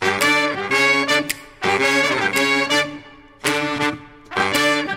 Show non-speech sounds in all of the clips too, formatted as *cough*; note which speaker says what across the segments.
Speaker 1: *laughs*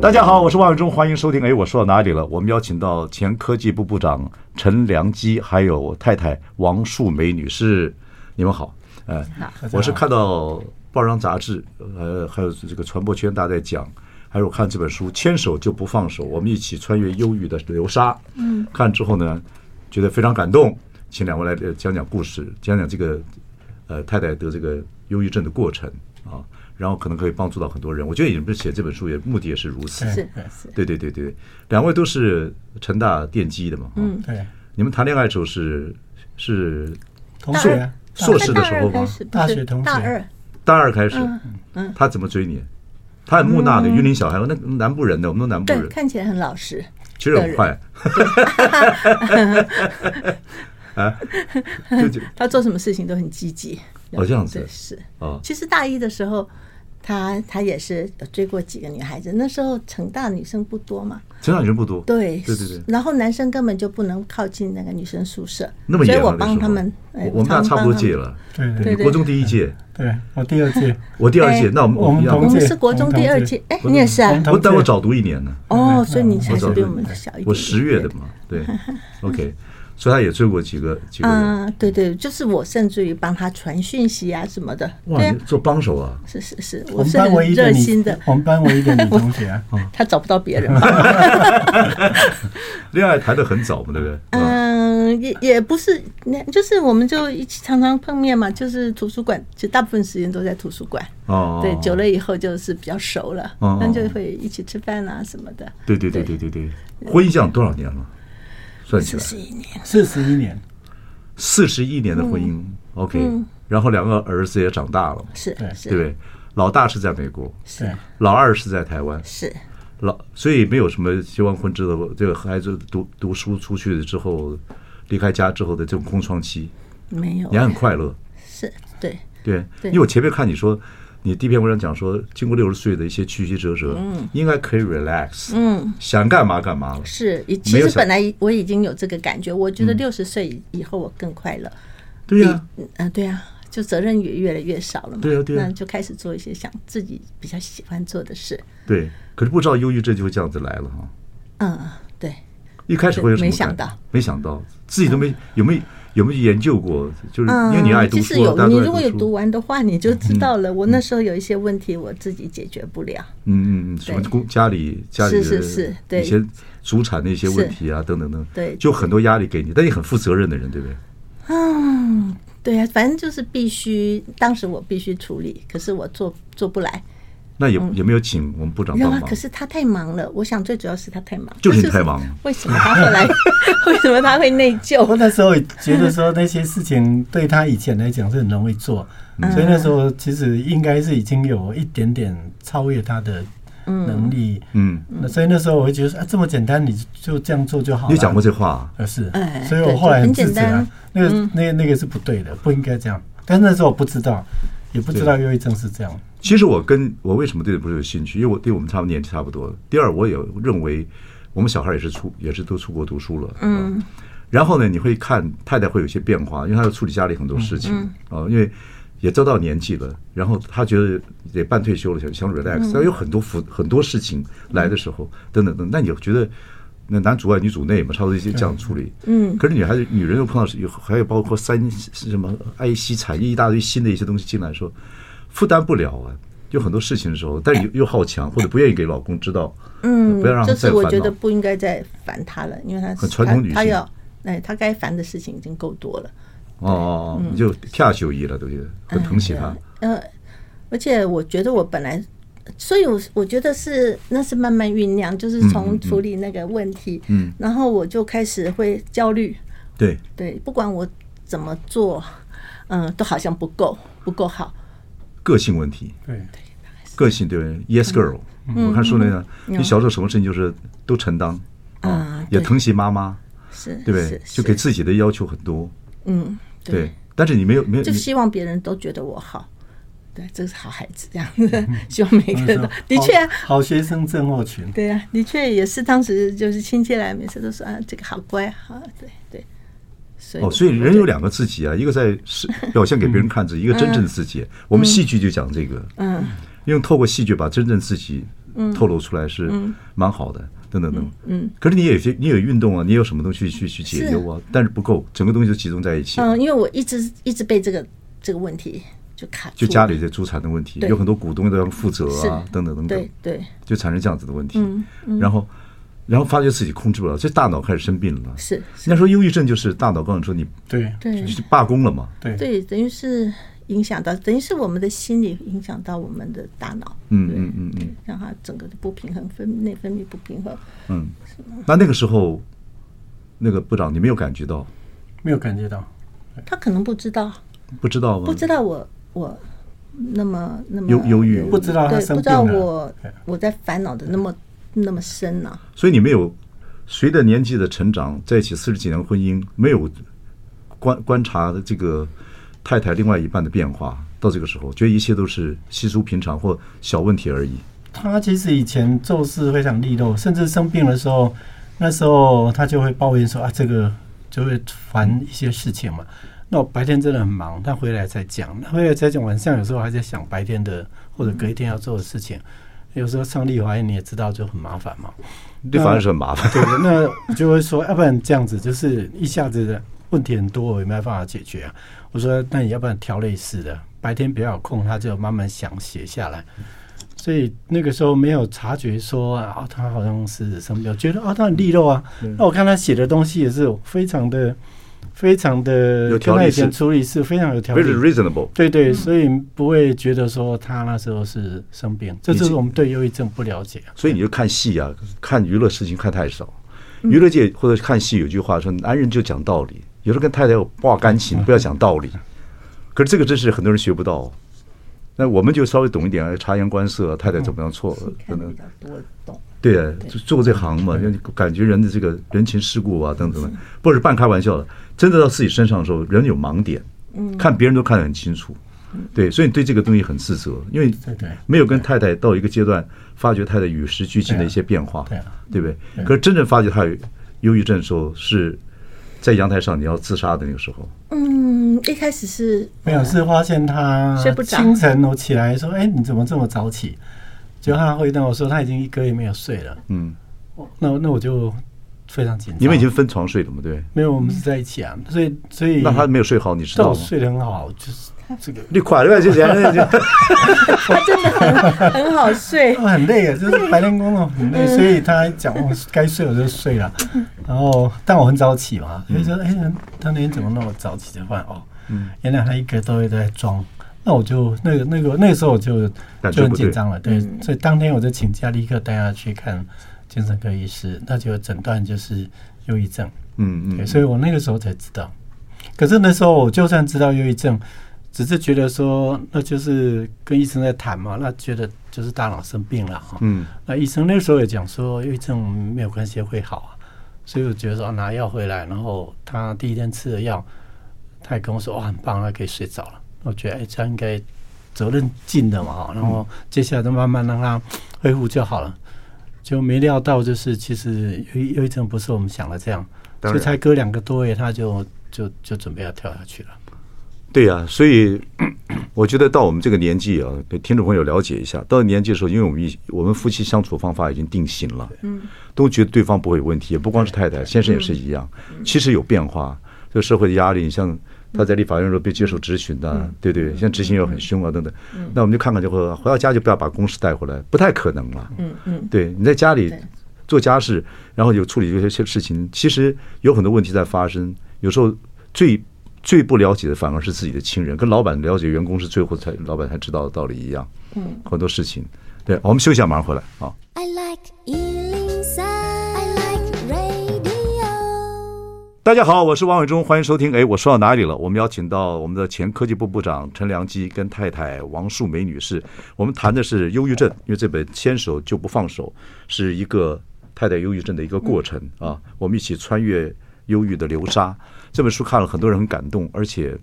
Speaker 1: 大家好，我是万永忠，欢迎收听。哎，我说到哪里了？我们邀请到前科技部部长陈良基，还有我太太王树梅女士，你们好。呃，我是看到报章杂志，呃，还有这个传播圈大家在讲，还有我看这本书《牵手就不放手》，我们一起穿越忧郁的流沙。嗯，看之后呢，觉得非常感动，请两位来呃讲讲故事，讲讲这个呃太太得这个忧郁症的过程啊。然后可能可以帮助到很多人，我觉得你们写这本书也目的也是如此。
Speaker 2: 对
Speaker 3: 是
Speaker 2: 对
Speaker 3: 是，
Speaker 1: 对对对对，两位都是成大电机的嘛，嗯，
Speaker 2: 对，
Speaker 1: 你们谈恋爱的时候是是
Speaker 2: 同学，
Speaker 1: 硕
Speaker 2: 大
Speaker 1: 士
Speaker 2: 学
Speaker 1: 的时候吗
Speaker 3: 大
Speaker 2: 大
Speaker 3: 二开始
Speaker 2: 学同学
Speaker 3: 大二
Speaker 1: 大二开始，嗯，他怎么追你？他很木讷的，榆林小孩，那南部人的，我们都南部
Speaker 3: 对，
Speaker 1: 人，
Speaker 3: 看起来很老实，
Speaker 1: 其实很坏。 *laughs* 啊，就 *laughs* 就
Speaker 3: 他做什么事情都很积极。
Speaker 1: 哦这样子
Speaker 3: 对是。
Speaker 1: 哦
Speaker 3: 其实大一的时候，他他也是有追过几个女孩子，那时候成大女生不多嘛，
Speaker 1: 成长人不多，
Speaker 3: 对
Speaker 1: 对对对，
Speaker 3: 然后男生根本就不能靠近那个女生宿舍，
Speaker 1: 那么
Speaker 3: 所
Speaker 1: 严啊
Speaker 3: 以我
Speaker 1: 那时
Speaker 3: 帮
Speaker 1: 候
Speaker 3: 他们，哎
Speaker 1: 我我们俩
Speaker 3: 常
Speaker 1: 差不
Speaker 3: 帮
Speaker 1: 多
Speaker 3: 他
Speaker 1: 届
Speaker 3: 们
Speaker 1: 了，
Speaker 2: 对对
Speaker 1: 你
Speaker 3: 对对
Speaker 1: 国中第一届，
Speaker 2: 对，我第二
Speaker 3: *laughs*
Speaker 2: 届，
Speaker 1: 我第二届，
Speaker 3: 哎
Speaker 1: 那我们
Speaker 2: 我们
Speaker 1: 一样
Speaker 3: 我
Speaker 2: 同
Speaker 3: 们
Speaker 2: 届
Speaker 3: 是国中第二届，哎，
Speaker 1: 我
Speaker 3: 你也是
Speaker 2: 我
Speaker 3: 啊
Speaker 2: 们？
Speaker 1: 我但我早读一年呢，
Speaker 3: 哦，所以你还
Speaker 1: 我
Speaker 3: 是
Speaker 1: 早
Speaker 3: 比
Speaker 1: 读
Speaker 3: 我们小一点。
Speaker 1: 我十月的嘛，
Speaker 3: *laughs*
Speaker 1: 对，OK，所以他也追过几个几个人。
Speaker 3: 啊，对对，就是我甚至于帮他传讯息啊什么的，
Speaker 1: 哇，
Speaker 3: 对啊
Speaker 1: 你，做帮手啊？
Speaker 3: 是是是，
Speaker 2: 我们
Speaker 3: 是
Speaker 2: 班唯
Speaker 3: 很
Speaker 2: 一的嗯
Speaker 3: 热心
Speaker 2: 女
Speaker 3: 的，，
Speaker 2: 我们班唯一的女同
Speaker 3: *laughs*
Speaker 2: 学，啊
Speaker 3: 他找不到别人嘛。
Speaker 1: 恋爱谈得很早嘛，对不对？嗯，
Speaker 3: 嗯，也也不是，那就是我们就一起常常碰面嘛，就是图书馆，其实大部分时间都在图书馆。
Speaker 1: 哦
Speaker 3: 对，久，了以后就是比较熟了，
Speaker 2: 嗯
Speaker 1: 哦
Speaker 3: 那就会一起吃饭啊什么的。
Speaker 1: 对对对对对对，婚姻这样多少年了？算起
Speaker 3: 四
Speaker 1: 来
Speaker 3: 十一年，
Speaker 2: 四十一年，
Speaker 1: 四十一年的婚姻，OK，然后两个儿子也长大了嘛，
Speaker 3: 是
Speaker 2: 对
Speaker 1: 对不
Speaker 3: 嗯是
Speaker 1: 对？老大是在美国，
Speaker 2: 对，
Speaker 1: 老二是在台湾，
Speaker 3: 是，
Speaker 1: 老所以没有什么结完婚之后，这个孩子读读书出去之后，离开家之后的这种空窗期，
Speaker 3: 没有
Speaker 1: 你还很快乐，
Speaker 3: 是对，
Speaker 1: 对，
Speaker 3: 对
Speaker 1: 因为我前面看你说，你第一篇文章讲说，经过六十岁的一些曲曲折折，嗯，应该可以 relax，嗯，想干嘛干嘛了，
Speaker 3: 是，以
Speaker 1: 没
Speaker 3: 其
Speaker 1: 有
Speaker 3: 实
Speaker 1: 想
Speaker 3: 本来我已经有这个感觉，我觉
Speaker 2: 嗯
Speaker 3: 得六十岁以后我更快乐。
Speaker 1: 对呀、
Speaker 3: 嗯、呃对啊，就责任也越来越少了嘛。
Speaker 1: 对啊对啊
Speaker 3: 那就开始做一些想自己比较喜欢做的事。
Speaker 1: 对。可是不知道忧郁症就会这样子来了哈，
Speaker 3: 嗯，对，
Speaker 1: 一开始会有什么
Speaker 3: 没
Speaker 1: 感
Speaker 3: 想到，嗯
Speaker 1: 没想到自己都没有没有有没有研究过，就是因为你爱读
Speaker 3: 其
Speaker 1: 书
Speaker 3: 实
Speaker 1: 啊，
Speaker 3: 有
Speaker 1: 大家都
Speaker 3: 你
Speaker 1: 爱
Speaker 3: 如果有
Speaker 1: 书嗯
Speaker 3: 读，完的话，你就知道了。我那时候有一些问题，我自己解决不了。
Speaker 1: 嗯嗯嗯，什么
Speaker 3: 对
Speaker 1: 公家里家里的
Speaker 3: 是是是对
Speaker 1: 一些主产的一些问题啊，等等等，
Speaker 3: 对
Speaker 1: 就很多压力给你，但你很负责任的人，对不对？
Speaker 3: 嗯，对呀、反正就是必须，当时我必须处理，可是我做做不来。
Speaker 1: 那也也没有请我们部长
Speaker 3: 然
Speaker 1: 帮
Speaker 3: 后
Speaker 1: 忙
Speaker 3: 可，是他太忙了，我想最主要是他太忙， *laughs*
Speaker 1: 就是你
Speaker 3: 但
Speaker 1: 太忙。
Speaker 3: 为什么他后来， *laughs* 为什么他会内
Speaker 2: 我
Speaker 3: 疚？
Speaker 2: 那时候也觉得说那些事情对他以前来讲是很容易做，
Speaker 3: 嗯
Speaker 2: 所以那时候其实应该是已经有一点点超越他的能力，
Speaker 1: 嗯，
Speaker 2: 那所以那时候我会觉得说啊这么简单你就这样做就好了。
Speaker 1: 你讲过这话啊，
Speaker 2: 呃，是
Speaker 3: 哎，
Speaker 2: 所以
Speaker 3: 对
Speaker 2: 我后来
Speaker 3: 就很
Speaker 2: 自责
Speaker 3: 简单嗯
Speaker 2: 啊，那个那个那个是不对的，不应该这样。但是那时候我不知道，也不知道忧郁症是这样。
Speaker 1: 其实我跟我为什么对这不是有兴趣？因为我对我们差不多年纪差不多。第二，我也认为我们小孩也是出也是都出国读书了，嗯。然后呢，你会看太太会有一些变化，因为她要处理家里很多事情啊、因为也都到年纪了，然后她觉得也半退休了，想想 relax，但有很多复很多事情来的时候，等等等等，那你就觉得。那男主外女主内嘛，差不多一些这样处理。嗯，可是女孩子、女人又碰到有还有包括三是什么爱惜产业一大堆新的一些东西进来说负担不了啊，有很多事情的时候，但又又好强，或者不愿意给老公知道，嗯，不要让他
Speaker 3: 就
Speaker 1: 再
Speaker 3: 是我
Speaker 1: 烦
Speaker 3: 觉得
Speaker 1: 恼。
Speaker 3: 不应该再烦他了，因为他
Speaker 1: 很传统女性
Speaker 3: 他他要哎，他该烦的事情已经够多了。
Speaker 1: 哦哦，哦你就跳秀姨了，对不对？很疼惜他，
Speaker 3: 呃，而且我觉得我本来，所以我我觉得是那是慢慢酝酿，就是
Speaker 1: 嗯
Speaker 3: 从处理那个问题，嗯，然后我就开始会焦虑，
Speaker 1: 对，
Speaker 3: 对，不管我怎么做，嗯、都好像不够，不够好，
Speaker 1: 个性问题，
Speaker 2: 对，
Speaker 1: 嗯啊个性对不对？Yes girl，我看书那样，你小时候什么事情就是都承担，哦也疼惜妈妈，
Speaker 3: 呃是，
Speaker 1: 对不对
Speaker 3: 是？
Speaker 1: 就给
Speaker 3: 是
Speaker 1: 自己的要求很多，
Speaker 3: 嗯，
Speaker 1: 对。但是你没有没有
Speaker 3: 就
Speaker 1: 你
Speaker 3: 希望别人都觉得我好，对，这是好孩子
Speaker 1: *laughs*
Speaker 3: 这样子，希望每个人
Speaker 1: 嗯
Speaker 3: 都 *laughs* 的确啊、
Speaker 1: 哦
Speaker 2: 好好学生症候群。
Speaker 3: 对啊，的确也是当时就是亲戚来，每次都说啊，这个好乖，好，对对，所以
Speaker 1: 哦，所以人有两个自己啊，一个在是表现给别人看自己，一个真正自己。
Speaker 3: 嗯
Speaker 1: 我们戏剧就讲这个，嗯，因为透过戏剧把真正自己
Speaker 3: 嗯
Speaker 1: 透露出来是蛮好的，等等等，嗯。可是你也有些，你有运动啊，你有什么东西去去解忧啊，但是不够，整个东西都集中在一起，
Speaker 3: 嗯，因为我一直一直被这个这个问题就卡住
Speaker 1: 就
Speaker 3: 了，
Speaker 1: 家里的猪产的问题，
Speaker 3: 对
Speaker 1: 有很多股东都要负责
Speaker 3: 是
Speaker 1: 啊，等等等等
Speaker 3: 对，嗯对
Speaker 1: 就产生这样子的问题。然后，然后发觉自己控制不了，这大脑开始生病了。
Speaker 3: 是
Speaker 1: 人家说忧郁症就是大脑告诉你说你
Speaker 2: 对
Speaker 3: 对
Speaker 1: 你罢工了嘛，
Speaker 2: 对
Speaker 3: 对，等于是影响到，等于是我们的心理影响到我们的大脑，
Speaker 1: 嗯
Speaker 3: 对
Speaker 1: 嗯嗯嗯。
Speaker 3: 让它整个的不平衡，分内分泌不平衡，
Speaker 1: 嗯，那那个时候，那个部长你没有感觉到，
Speaker 2: 没有感觉到。
Speaker 1: 哎
Speaker 3: 他可能不知道，
Speaker 1: 不知道吗？
Speaker 3: 不知道我我那么那么
Speaker 1: 忧忧郁
Speaker 3: 对
Speaker 1: 不
Speaker 2: 知道他
Speaker 3: 对，
Speaker 2: 生
Speaker 3: 不知道
Speaker 2: 病了
Speaker 3: 我
Speaker 1: 哎
Speaker 2: 对
Speaker 3: 我在烦恼的那么那么深啊呢、
Speaker 1: 所以你没有随着年纪的成长，在一起四十几年婚姻，没有观观察这个太太另外一半的变化。到这个时候，觉得一切都是稀疏平常或小问题而已。
Speaker 2: 他其实以前做事非常利落，甚至生病的时候，那时候他就会抱怨说啊，这个就会烦一些事情嘛。那我白天真的很忙，他回来才讲，那回来才讲，晚上有时候还在想白天的或者隔一天要做的事情。有时候上立法院你也知道就很麻烦嘛，
Speaker 1: 对法律是很麻烦。
Speaker 2: 对，那我就会说，要不然这样子就是一下子问题很多，我也没办法解决啊。我说，那你要不然调类似的，白天比较有空，他就慢慢想写下来。所以那个时候没有察觉说啊，他好像是生病，我觉得啊，他很利落啊。那我看他写的东西也是非常的、非常的，
Speaker 1: 有条
Speaker 2: 跟他
Speaker 1: 理
Speaker 2: 以前
Speaker 1: 是
Speaker 2: 处理是非常有条理
Speaker 1: Very。reasonable。
Speaker 2: 对对，所以不会觉得说他那时候是生病，这就是我们对忧郁症不了解啊。
Speaker 1: 所以你就看戏啊，看娱乐事情看太少。娱乐界或者看戏有句话说，男人就讲道理，有时候跟太太有挂感情，不要讲道理。可是这个真是很多人学不到。那我们就稍微懂一点，哎察言观色，太太怎么样错，可
Speaker 3: 嗯看的
Speaker 1: 能
Speaker 3: 比较多懂，
Speaker 1: 对啊，就做这行嘛，
Speaker 2: 嗯
Speaker 1: 让你感觉人的这个人情世故啊等等的，不是半开玩笑的，真的到自己身上的时候，人有盲点，
Speaker 2: 嗯
Speaker 1: 看别人都看得很清楚，对，所以你对这个东西很自责，因为
Speaker 2: 对对
Speaker 1: 没有跟太太到一个阶段，发觉太太与时俱进的一些变化，
Speaker 2: 对啊
Speaker 1: 对不对？可是真正发觉她有忧郁症的时候，是在阳台上你要自杀的那个时候，
Speaker 3: 嗯，一开始是
Speaker 2: 没有，是发现他
Speaker 3: 睡不着
Speaker 2: 清晨我起来说：“哎、你怎么这么早起？”结果他回答我说：“他已经一个月没有睡了。
Speaker 1: 嗯，
Speaker 2: 我”那那我就非常紧张。
Speaker 1: 你们已经分床睡了嘛，对？
Speaker 2: 没有，我们是在一起啊，所以所以
Speaker 1: 那她没有睡好，你知
Speaker 2: 但
Speaker 1: 道
Speaker 2: 我
Speaker 1: 吗？
Speaker 2: 睡得 *laughs* 很好，就是这个
Speaker 1: 你快乐就这样，
Speaker 3: 他真的很很好睡，
Speaker 2: 我很累啊，就是白天工作很累，所以他讲我该睡我就睡了，然后但我很早起嘛，所以说哎、他那天怎么那么早起就饭哦，
Speaker 1: 嗯
Speaker 2: 原来他一个多月都在装，那我就那个那个那个时候我就
Speaker 1: 感觉不对
Speaker 2: 就很紧张了，对，所以当天我就请假立刻带他去看精神科医师，那就诊断就是忧郁症，
Speaker 1: 嗯
Speaker 2: 对，
Speaker 1: 嗯，
Speaker 2: 所以我那个时候才知道。可是那时候我就算知道忧郁症，只是觉得说那就是跟医生在谈嘛，那觉得就是大脑生病了哈。
Speaker 1: 嗯，
Speaker 2: 那医生那时候也讲说忧郁症没有关系会好啊，所以我觉得说、啊拿药回来，然后他第一天吃的药，他也跟我说哇很棒，他可以睡着了。我觉得哎这样应该责任尽了嘛哈，然后接下来就慢慢让他恢复就好了。就没料到，就是其实忧郁忧郁症不是我们想的这样，
Speaker 1: 当
Speaker 2: 所
Speaker 1: 然
Speaker 2: 以才隔两个多月，他就就就准备要跳下去了。
Speaker 1: 对呀、所以我觉得到我们这个年纪啊，给听众朋友了解一下，到年纪的时候，因为我们一我们夫妻相处方法已经定型了，嗯，都觉得对方不会有问题，也不光是太太，先生也是一样。其实有变化，这个社会的压力，你像他在立法院的时候被接受质询的、对对，现在执行又很凶啊等等。那我们就看看就会回到家就不要把公事带回来，不太可能了。嗯嗯，对，你在家里
Speaker 3: 对
Speaker 1: 做家事，然后有处理这些事情，其实有很多问题在发生。有时候最最不了解的反而是自己的亲人，跟老板了解员工是最后才老板才知道的道理一样。嗯，很多事情。对，好我们休息一下，马上回来啊。
Speaker 4: I like Ealing Sound. I like radio.
Speaker 1: 大家好，我是王伟忠，欢迎收听。哎，我说到哪里了？我们邀请到我们的前科技部部长陈良基跟太太王树梅女士，我们谈的是忧郁症，因为这本《牵手就不放手》是一个太太忧郁症的一个过程啊，我们一起穿越忧郁的流沙。这本书看了，很多人很感动，而且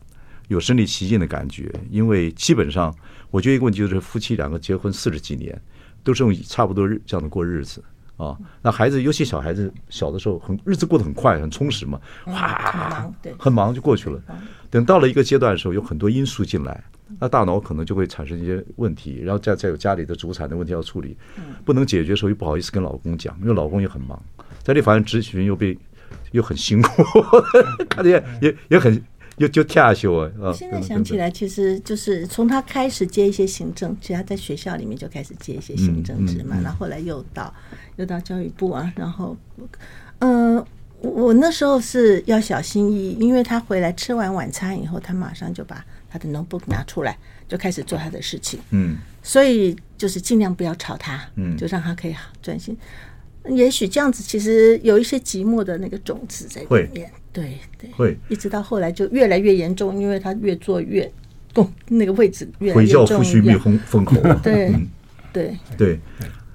Speaker 1: 有身临其境的感觉，因为基本上我觉得一个问题就是夫妻两个结婚四十几年，都是用差不多日这样的过日子。啊，那孩子，尤其小孩子小的时候，很日子过得很快，很充实嘛，
Speaker 3: 嗯很忙对
Speaker 1: 很忙就过去了。等到了一个阶段的时候，有很多因素进来，那大脑可能就会产生一些问题，然后再再有家里的主产的问题要处理，
Speaker 3: 嗯
Speaker 1: 不能解决的时候又不好意思跟老公讲，因为老公也很忙，在立法院执行又被又很辛
Speaker 3: *laughs*
Speaker 1: 苦，看着也也也很又就跳下去我啊。
Speaker 3: 现在想起来，其实就是从他开始接一些行政，其实他在学校里面就开始接一些行政职嘛，然后后来又到又到教育部啊，然后，嗯、呃，我我那时候是要小心翼翼，因为他回来吃完晚餐以后，他马上就把他的 notebook 拿出来，就开始做他的事情，
Speaker 1: 嗯
Speaker 3: 所以就是尽量不要吵他，
Speaker 1: 嗯
Speaker 3: 就让他可以好专心。也许这样子，其实有一些寂寞的那个种子在
Speaker 1: 会
Speaker 3: 里面，对对，
Speaker 1: 会
Speaker 3: 一直到后来就越来越严重，因为他越做越共那个位置越来
Speaker 1: 回
Speaker 3: 越
Speaker 1: 教
Speaker 3: 重
Speaker 1: 父须
Speaker 3: 一
Speaker 1: 弥
Speaker 3: 样。
Speaker 1: 封封口啊，
Speaker 3: *laughs* 对
Speaker 1: 嗯
Speaker 3: 对，
Speaker 1: 对，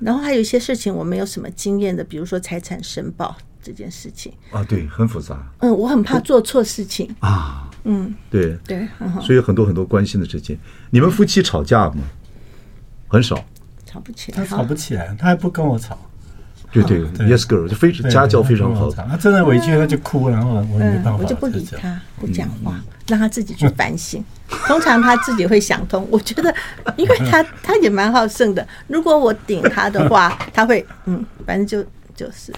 Speaker 3: 然后还有一些事情我没有什么经验的，比如说财产申报这件事情，
Speaker 1: 啊对，很复杂
Speaker 3: 嗯，我很怕做错事情，
Speaker 1: 啊，
Speaker 3: 嗯，
Speaker 1: 对，
Speaker 3: 对，很好，
Speaker 1: 所以有很多很多关心的事情。你们夫妻吵架吗？很少。
Speaker 3: 吵不起
Speaker 2: 他
Speaker 3: 来，
Speaker 2: 吵不起来，他还不跟我吵，
Speaker 1: 对对，Yes girl，就非常
Speaker 2: 对
Speaker 1: 家教非常
Speaker 2: 他不跟
Speaker 1: 好
Speaker 2: 我。吵他真的委屈，他就哭，然后我也没
Speaker 3: 嗯
Speaker 2: 办法，，
Speaker 3: 我就不理
Speaker 2: 这样。，
Speaker 3: 他，不讲话，让他自己去反省。通常他自己会想通。我觉得，因为他他也蛮好胜的。如果我顶他的话，他会嗯，反正就就是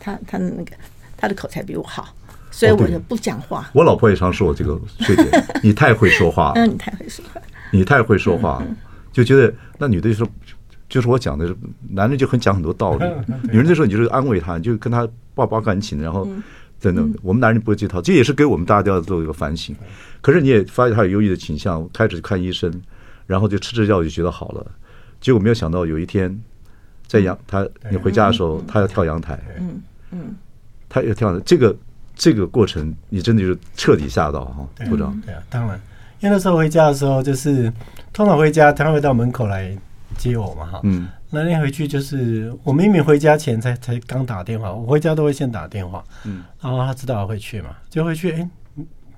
Speaker 3: 他他那个他的口才比我好，所以
Speaker 1: 哦对
Speaker 3: 我就不讲话。
Speaker 1: 我老婆也常说我这个缺
Speaker 3: *laughs*
Speaker 1: 点，你太会说话了
Speaker 3: 嗯，，你太会说话，
Speaker 1: 你太会说话了，就觉得那女的就说，就是我讲的，男人就很讲很多道理
Speaker 2: *laughs* 对嗯
Speaker 1: 女人这时候你就是安慰她，你就跟她抱抱感情，然后等等，我们男人不会这套，这也是给我们大家要做一个反省。
Speaker 2: 嗯
Speaker 1: 可是你也发现她有忧郁的倾向，开始去看医生，然后就吃吃药就觉得好了，结果没有想到有一天在
Speaker 2: 嗯
Speaker 1: 阳她你回家的时候，她要跳阳台，嗯嗯，她要跳这个。这个过程，你真的就是彻底吓到哈，部长。
Speaker 2: 对啊，当然，因为那时候回家的时候，就是通常回家他会到门口来接我嘛，哈。
Speaker 1: 嗯，
Speaker 2: 那天回去就是我明明回家前才才刚打电话，我回家都会先打电话，
Speaker 1: 嗯，
Speaker 2: 然后他知道我会去嘛，就回去，哎、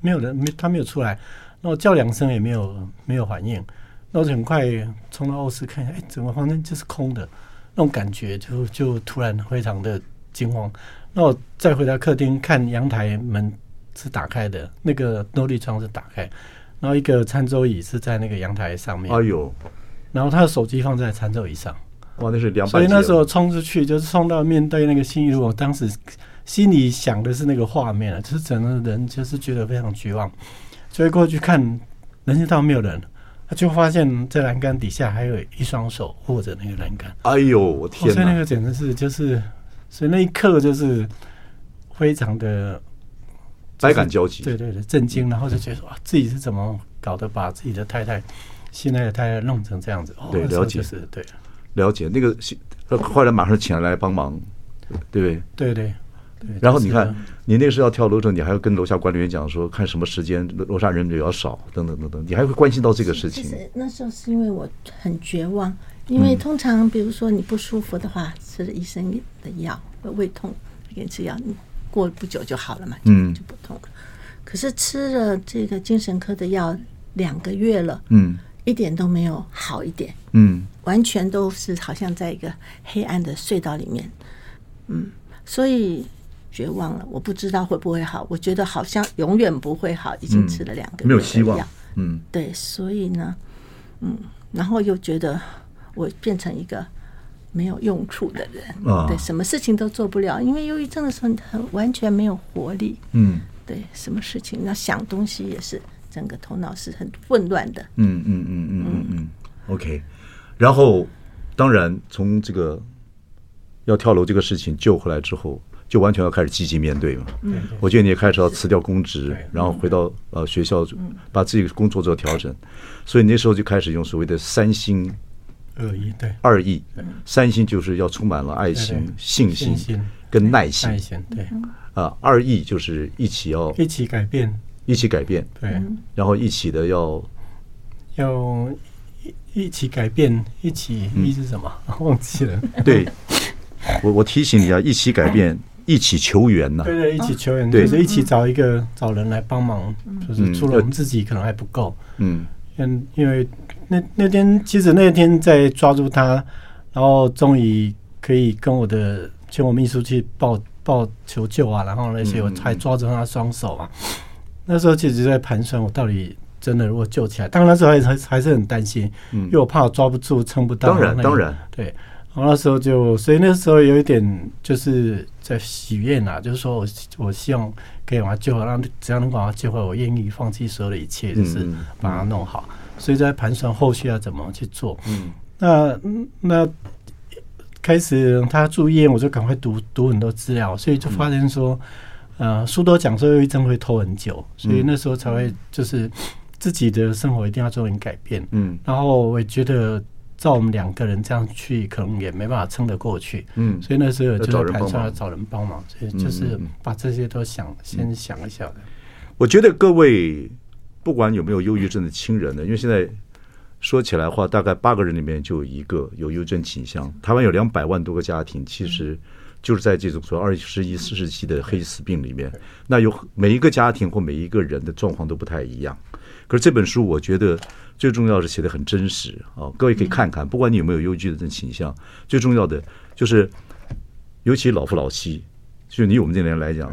Speaker 2: 没有人，没他没有出来，那我叫两声也没有没有反应，那我就很快冲到卧室看一下，哎、怎么房间就是空的，那种感觉就就突然非常的惊慌。那我再回到客厅看阳台门是打开的，那个落地窗是打开，然后一个餐桌椅是在那个阳台上面，
Speaker 1: 哎呦，
Speaker 2: 然后他的手机放在餐桌椅上。
Speaker 1: 哇，那是两百。
Speaker 2: 所以那时候冲出去，就是冲到面对那个新一路，我当时心里想的是那个画面了，就是整个人就是觉得非常绝望。所以过去看人行道没有人，他就发现在栏杆底下还有一双手握着那个栏杆，
Speaker 1: 哎呦，我天
Speaker 2: 哦所以那
Speaker 1: 哪！
Speaker 2: 个简直是就是，所以那一刻就是非常的
Speaker 1: 百感交集。嗯
Speaker 2: 对对对震惊，然后就觉得哇，自己是怎么搞得把自己的太太现在的太太弄成这样子？哦，
Speaker 1: 对
Speaker 2: 那时候
Speaker 1: 了解
Speaker 2: 就是对
Speaker 1: 了解那个是，后来马上请人来帮忙，对不对？
Speaker 2: 对对对。
Speaker 1: 然后你
Speaker 2: 就是
Speaker 1: 看，你那个时候要跳楼的时候，你还要跟楼下管理员讲说，看什么时间楼楼下人比较少，等等等等，你还会关心到这个事
Speaker 3: 其
Speaker 1: 情。嗯
Speaker 3: 实那时候是因为我很绝望，因为通常比如说你不舒服的话，吃了医生的药，胃痛给你吃药，你过不久就好了嘛，就
Speaker 1: 嗯
Speaker 3: 就不痛了。可是吃了这个精神科的药两个月了，
Speaker 1: 嗯
Speaker 3: 一点都没有好一点，
Speaker 1: 嗯，
Speaker 3: 完全都是好像在一个黑暗的隧道里面，嗯，所以绝望了。我不知道会不会好，我觉得好像永远不会好，已经吃了两个
Speaker 1: 嗯
Speaker 3: 月的药，
Speaker 1: 没有希望。嗯，
Speaker 3: 对，所以呢，嗯，然后又觉得我变成一个没有用处的人，
Speaker 1: 啊
Speaker 3: 对，什么事情都做不了，因为忧郁症的时候你很完全没有活力，
Speaker 1: 嗯
Speaker 3: 对，什么事情那想东西也是整个头脑是很混乱的，
Speaker 1: 嗯嗯嗯嗯嗯嗯，OK。然后，当然从这个要跳楼这个事情救回来之后，就完全要开始积极面对嘛。嗯，我觉得你也开始要辞掉公职
Speaker 2: 对，嗯
Speaker 1: 然后回到呃学校，把自己的工作做调整。所以你那时候就开始用所谓的三心
Speaker 2: 恶意对。
Speaker 1: 二意，三心就是要充满了爱
Speaker 2: 对
Speaker 1: 心
Speaker 2: 对、
Speaker 1: 信
Speaker 2: 信
Speaker 1: 心
Speaker 2: 心
Speaker 1: 跟耐心
Speaker 2: 耐心，对，
Speaker 1: 啊。二意就是一起要
Speaker 2: 一起改变，
Speaker 1: 一起改变，
Speaker 2: 对，
Speaker 1: 然后一起的要嗯
Speaker 2: *laughs* 要一一起改变，一起一是什么？忘记了，
Speaker 1: 对我我提醒你啊，一起改变，一起求援呐、
Speaker 2: 对对，一起求援，
Speaker 1: 对
Speaker 2: 就是一起找一个找人来帮忙，就是除了
Speaker 1: 嗯
Speaker 2: 我们自己可能还不够，
Speaker 1: 嗯
Speaker 2: 嗯，因为那那天其实那天在抓住他，然后终于可以跟我的请我秘书去报报求救啊，然后那些
Speaker 1: 嗯
Speaker 2: 我
Speaker 1: 嗯
Speaker 2: 还抓着他双手啊。那时候其实在盘算我到底真的如果救起来，当然那时候还还还是很担心，
Speaker 1: 嗯
Speaker 2: 因为我怕我抓不住撑不到。
Speaker 1: 当然
Speaker 2: 那个
Speaker 1: 当然
Speaker 2: 对。然后那时候就，所以那时候有一点就是在许愿啊，就是说我我希望可以把他救回来，让只要能把他救回来，我愿意放弃所有的一切，就
Speaker 1: 嗯
Speaker 2: 是
Speaker 1: 嗯
Speaker 2: 把它弄好。所以在盘算后续要怎么去做。
Speaker 1: 嗯
Speaker 2: 那嗯那开始他住院，我就赶快读读很多资料，所以就发现说，
Speaker 1: 嗯
Speaker 2: 呃，书都讲说忧郁症会拖很久，所
Speaker 1: 嗯
Speaker 2: 以那时候才会就是自己的生活一定要做点改变。
Speaker 1: 嗯
Speaker 2: 然后我也觉得，照我们两个人这样去，可能也没办法撑得过去。
Speaker 1: 嗯，
Speaker 2: 所以那时候就
Speaker 1: 要找
Speaker 2: 是
Speaker 1: 人
Speaker 2: 盘
Speaker 1: 帮
Speaker 2: 算
Speaker 1: 忙
Speaker 2: 要找人帮忙，所以就是
Speaker 1: 嗯嗯嗯
Speaker 2: 把这些都想先想一下的。
Speaker 1: 我觉得各位不管有没有忧郁症的亲人呢，因为现在说起来的话，大概八个人里面就有一个有忧郁症倾向。台湾有两百万多个家庭，其实就是在这种说二十一世纪的黑死病里面，那有每一个家庭或每一个人的状况都不太一样。可是这本书，我觉得最重要是写的很真实啊，各位可以看看，不管你有没有忧郁症倾向，最重要的就是，尤其老夫老妻，就是你我们这年来讲，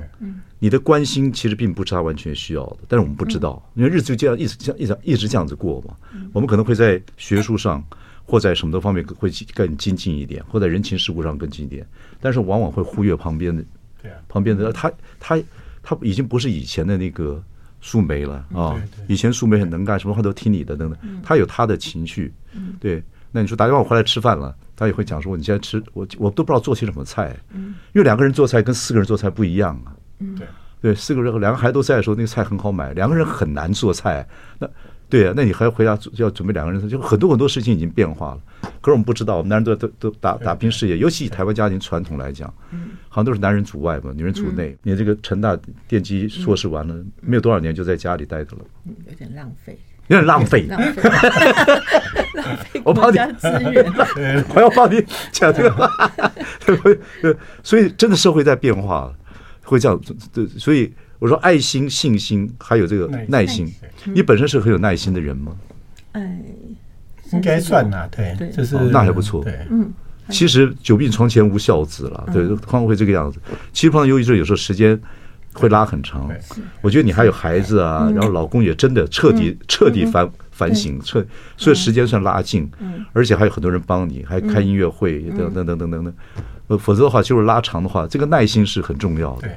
Speaker 1: 你的关心其实并不是他完全需要的，但是我们不知道，因为日子就这样一直这样一直一直这样子过嘛。我们可能会在学术上或在什么的方面会更精进一点，或在人情世故上更精进一点，但是往往会忽略旁边的
Speaker 2: 对啊，
Speaker 1: 旁边的他他他已经不是以前的那个素梅了啊
Speaker 2: 对嗯对，嗯
Speaker 1: 以前素梅很能干，什么话都听你的等等，他有他的情绪，对。那你说打电话我回来吃饭了，他也会讲说你现在吃我我都不知道做些什么菜，
Speaker 2: 嗯
Speaker 1: 因为两个人做菜跟四个人做菜不一样啊。
Speaker 2: 对。
Speaker 1: 对，四个人和两个孩子都在的时候，那个菜很好买，两个人很难做菜。那对啊，那你还要回家要准备两个人，就很多很多事情已经变化了。可是我们不知道，我们男人都都都打打拼事业，尤其以台湾家庭传统来讲，好像都是男人主外嘛，女人主内。你这个成大电机硕士完了，没有多少年就在家里待着了，
Speaker 3: 嗯有点浪费，
Speaker 1: 有点浪费。
Speaker 3: 浪
Speaker 1: *laughs*
Speaker 3: 费，浪费
Speaker 1: 我帮
Speaker 3: 国
Speaker 1: 你
Speaker 3: 家资源。
Speaker 1: *laughs* 我要帮你讲这个话， *laughs* 所以真的社会在变化，会这样。对，所以我说爱心、信心，还有这个耐
Speaker 2: 耐
Speaker 1: 心
Speaker 2: 心。
Speaker 1: 你本身是很有耐心的人吗？
Speaker 3: 哎，
Speaker 2: 应该算啦，对，
Speaker 3: 对
Speaker 2: 就是、
Speaker 1: 哦那还不错
Speaker 2: 对，
Speaker 1: 其实久病床前无孝子了，对，通常会这个样子。其实碰到忧郁症，有时候时间会拉很长
Speaker 2: 对。
Speaker 1: 我觉得你还有孩子啊，然后老公也真的彻底彻底反反省，彻所以时间算拉近，而且还有很多人帮你，还开音乐会等等等等等等。呃，否则的话，就是拉长的话，这个耐心是很重要的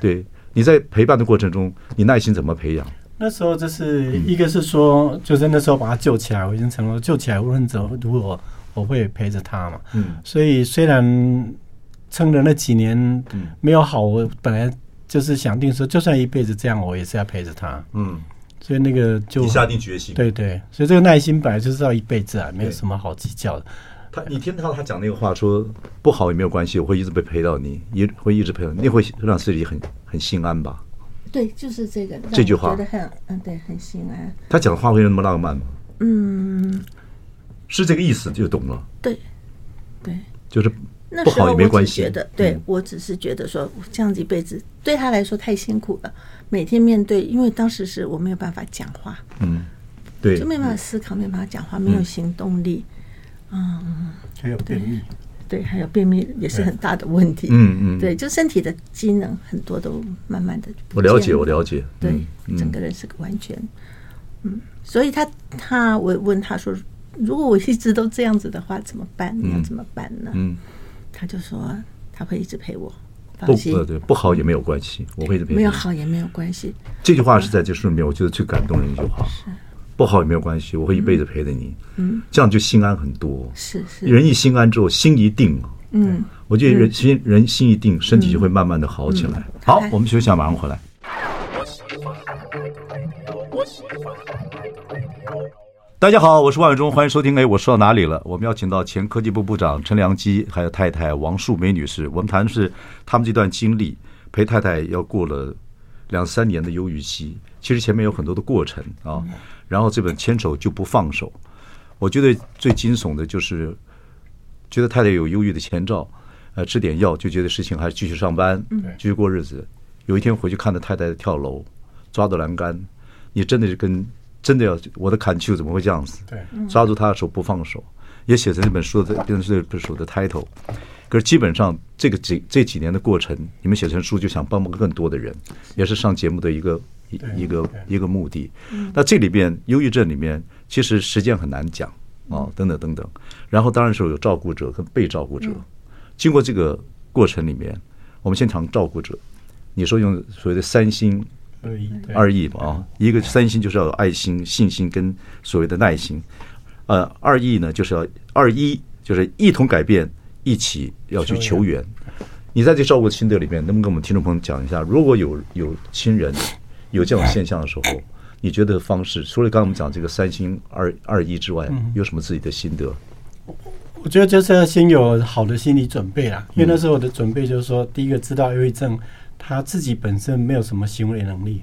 Speaker 2: 对。
Speaker 1: 对，你在陪伴的过程中，你耐心怎么培养？
Speaker 2: 那时候就是
Speaker 1: 嗯
Speaker 2: 一个是说，就是那时候把他救起来，我已经承诺救起来，无论怎么如果我会陪着他嘛。
Speaker 1: 嗯
Speaker 2: 所以虽然撑的那几年
Speaker 1: 嗯
Speaker 2: 没有好，我本来就是想定说，就算一辈子这样，我也是要陪着他。
Speaker 1: 嗯，
Speaker 2: 所以那个就
Speaker 1: 你下定决心。
Speaker 2: 对对，所以这个耐心本来就是要一辈子啊，没有什么好计较的。
Speaker 1: 他，你听到他讲那个话说不好也没有关系，我会一直被陪到你，也会一直陪到你，那会让自己很很心安吧？
Speaker 3: 对，就是这个让
Speaker 1: 这句
Speaker 3: 我
Speaker 1: 话
Speaker 3: 觉得很嗯，对，很心安。
Speaker 1: 他讲的话会那么浪漫吗？
Speaker 3: 嗯，
Speaker 1: 是这个意思就懂了，
Speaker 3: 对，对。
Speaker 1: 就是
Speaker 3: 那
Speaker 1: 不
Speaker 3: 时候
Speaker 1: 好也
Speaker 3: 我
Speaker 1: 没关
Speaker 3: 只
Speaker 1: 系。
Speaker 3: 觉得，对
Speaker 1: 嗯
Speaker 3: 我只是觉得说这样子一辈子对他来说太辛苦了，每天面对，因为当时是我没有办法讲话，
Speaker 1: 嗯，对嗯
Speaker 3: 就，没办法思考，没办法讲话，没有行动力，
Speaker 2: 还有便秘，
Speaker 3: 对，还有便秘也是很大的问题，
Speaker 1: 嗯嗯
Speaker 3: 对，就身体的机能很多都慢慢的，
Speaker 1: 我了解，我了解。
Speaker 3: 对
Speaker 1: 嗯，嗯
Speaker 3: 整个人是个完全，嗯，所以他他我问他说，如果我一直都这样子的话怎么办？你要怎么办呢？
Speaker 1: 嗯，
Speaker 3: 他就说他会一直陪我，
Speaker 1: 不
Speaker 3: 放心，
Speaker 1: 呃对不好也没有关系，我会一直陪你。
Speaker 3: 没有好也没有关系。
Speaker 1: 这句话是在这书里面，我觉得最感动的一句话。不好也没有关系，我会一辈子陪着你。嗯，这样就心安很多。
Speaker 3: 是是，
Speaker 1: 人一心安之后，心一定了。
Speaker 3: 嗯，
Speaker 1: 我觉得人心人心一定，身体就会慢慢的好起来。
Speaker 3: 嗯
Speaker 1: 好，我们休息一下，马上回来。大家好，我是万永忠，欢迎收听。哎，我说到哪里了？我们邀请到前科技部部长陈良基，还有太太王树梅女士，我们谈的是他们这段经历，陪太太要过了两三年的忧郁期。其实前面有很多的过程啊，
Speaker 3: 嗯
Speaker 1: 然后这本《牵手就不放手》，我觉得最惊悚的就是觉得太太有忧郁的前兆，呃，吃点药就觉得事情还继续上班，继续过日子。有一天回去看到太太跳楼，抓到栏杆，你真的是跟真的要我的砍球怎么会这样子？
Speaker 2: 对，
Speaker 1: 抓住他的手不放手，也写成这本书的变成这本书的 title。可是基本上这个几这几年的过程，你们写成书就想帮忙更多的人，也是上节目的一个一
Speaker 2: 对
Speaker 1: 一个
Speaker 2: 对
Speaker 1: 一个目的。那这里边忧郁症里面，其实时间很难讲啊，等等等等。然后当然是有照顾者跟被照顾者，经过这个过程里面，我们先谈照顾者。你说用所谓的三星
Speaker 2: 二一对
Speaker 1: 二意嘛啊，一个三心就是要有爱心、信心跟所谓的耐心，呃，二意呢就是要二一就是一同改变，一起要去求
Speaker 2: 求
Speaker 1: 援。你在这照顾亲的里面，能不能跟我们听众朋友讲一下，如果有有亲人有这种现象的时候，你觉得方式除了刚刚我们讲这个三心二二一之外，
Speaker 2: 嗯
Speaker 1: 有什么自己的心得？
Speaker 2: 我觉得就是要先有好的心理准备啦，因为那时候我的准备就是说，第一个知道忧郁症他自己本身没有什么行为能力，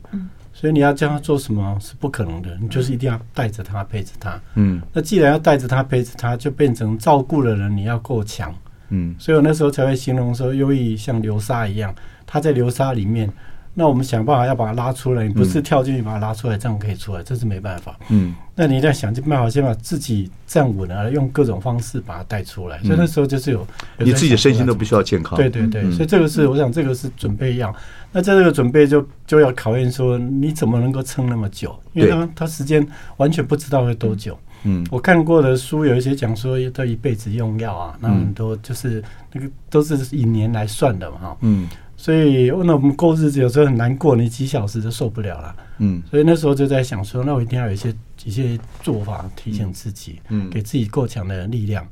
Speaker 2: 所以你要叫他做什么是不可能的，你就是一定要带着他陪着他，
Speaker 1: 嗯
Speaker 2: 那既然要带着他陪着他，就变成照顾的人你要够强，
Speaker 1: 嗯
Speaker 2: 所以我那时候才会形容说，忧郁像流沙一样，他在流沙里面，那我们想办法要把他拉出来，你不是跳进去把他拉出来，这样可以出来，这是没办法，
Speaker 1: 嗯
Speaker 2: 那你一定要想尽办法先把自己站稳了，用各种方式把它带出来。所以那时候就是有，有
Speaker 1: 你
Speaker 2: 在
Speaker 1: 自己的
Speaker 2: 想
Speaker 1: 身心都
Speaker 2: 办法
Speaker 1: 必须要健康。
Speaker 2: 对对对，所以这个是我想，这个是准备要。那在这个准备就就要考验说你怎么能够撑那么久，因为
Speaker 1: 对
Speaker 2: 他他时间完全不知道会多久。
Speaker 1: 嗯
Speaker 2: 我看过的书有一些讲说都一辈子用药啊，那
Speaker 1: 嗯
Speaker 2: 很多就是那个都是以年来算的嘛哈。
Speaker 1: 嗯
Speaker 2: 所以那我们过日子有时候很难过，你几小时就受不了了。
Speaker 1: 嗯
Speaker 2: 所以那时候就在想说，那我一定要有一些一些做法提醒自己，
Speaker 1: 嗯
Speaker 2: 给自己够强的力量。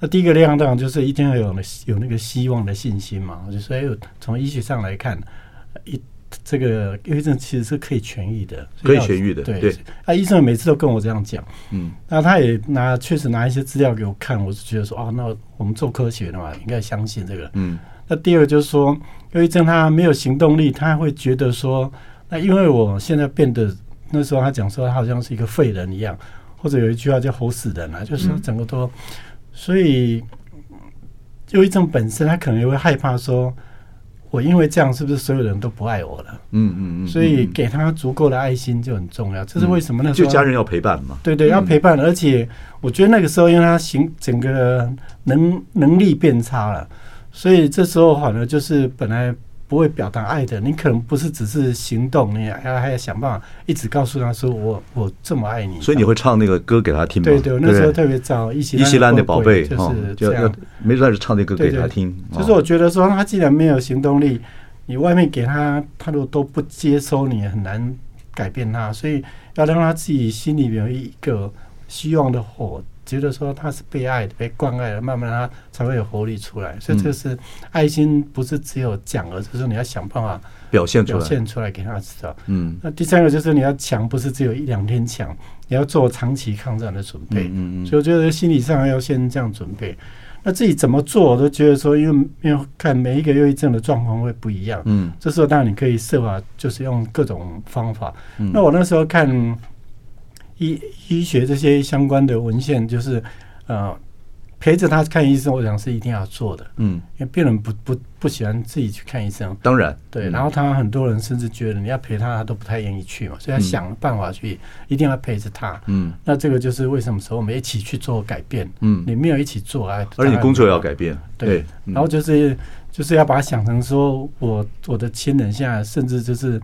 Speaker 2: 那第一个力量当然就是一定要有有那个希望的信心嘛。我就说，哎，我从医学上来看，一这个忧郁症其实是可以痊愈的，
Speaker 1: 可以痊愈的
Speaker 2: 对
Speaker 1: 对，
Speaker 2: 那医生每次都跟我这样讲，
Speaker 1: 嗯
Speaker 2: 那他也拿确实拿一些资料给我看，我就觉得说，啊，那我们做科学的嘛，应该相信这个。
Speaker 1: 嗯
Speaker 2: 那第二个就是说，忧郁症他没有行动力，他会觉得说，那因为我现在变得那时候他讲说他好像是一个废人一样，或者有一句话叫“吼死人”啊，就是说整个都，所以忧郁症本身他可能也会害怕说，我因为这样是不是所有人都不爱我了？
Speaker 1: 嗯嗯嗯，嗯
Speaker 2: 所以给他足够的爱心就很重要，这是为什么那时
Speaker 1: 就
Speaker 2: 候
Speaker 1: 家人要陪伴嘛。
Speaker 2: 对对，要陪伴，而且我觉得那个时候，因为他行整个能能力变差了，所以这时候反而就是本来不会表达爱的，你可能不是只是行动，你还要还要想办法一直告诉他说我我这么爱你。
Speaker 1: 所以你会唱那个歌给他听吗？
Speaker 2: 对对，我那时候
Speaker 1: 不对
Speaker 2: 特别找伊
Speaker 1: 伊西兰的宝贝
Speaker 2: 就
Speaker 1: 哦
Speaker 2: 是
Speaker 1: 就
Speaker 2: 这
Speaker 1: 要
Speaker 2: 样。
Speaker 1: 没事儿就唱那歌
Speaker 2: 对
Speaker 1: 给
Speaker 2: 对，
Speaker 1: 他听。
Speaker 2: 就是我
Speaker 1: 哦
Speaker 2: 觉得说，他既然没有行动力，你外面给他，他如果都不接收，你也很难改变他。所以要让他自己心里面有一个希望的火，觉得说他是被爱的、被关爱的，慢慢他才会有活力出来。所以
Speaker 1: 嗯
Speaker 2: 这个是爱心，不是只有讲，而是说你要想办法
Speaker 1: 表现出
Speaker 2: 表
Speaker 1: 来。
Speaker 2: 现出来给他知道。
Speaker 1: 嗯
Speaker 2: 那第三个就是你要强，不是只有一两天强，你要做长期抗战的准备。
Speaker 1: 嗯嗯嗯
Speaker 2: 所以我觉得心理上要先这样准备。那自己怎么做，我都觉得说，因为因为看每一个忧郁症的状况会不一样。
Speaker 1: 嗯
Speaker 2: 这时候当然你可以设法，就是用各种方法。
Speaker 1: 嗯
Speaker 2: 那我那时候看医医学这些相关的文献，就是呃陪着他看医生，我想是一定要做的，
Speaker 1: 嗯，
Speaker 2: 因为病人不不不喜欢自己去看医生。
Speaker 1: 当然嗯
Speaker 2: 对，然后他很多人甚至觉得你要陪他，他都不太愿意去嘛，所以他想办法去，一定要陪着他。
Speaker 1: 嗯，
Speaker 2: 那这个就是为什么说我们一起去做改变，
Speaker 1: 嗯
Speaker 2: 你没有一起做啊，
Speaker 1: 而且你工作也要
Speaker 2: 改。
Speaker 1: 改变。
Speaker 2: 对，
Speaker 1: 嗯
Speaker 2: 然后就是就是要把它想成说我我的亲人现在甚至就是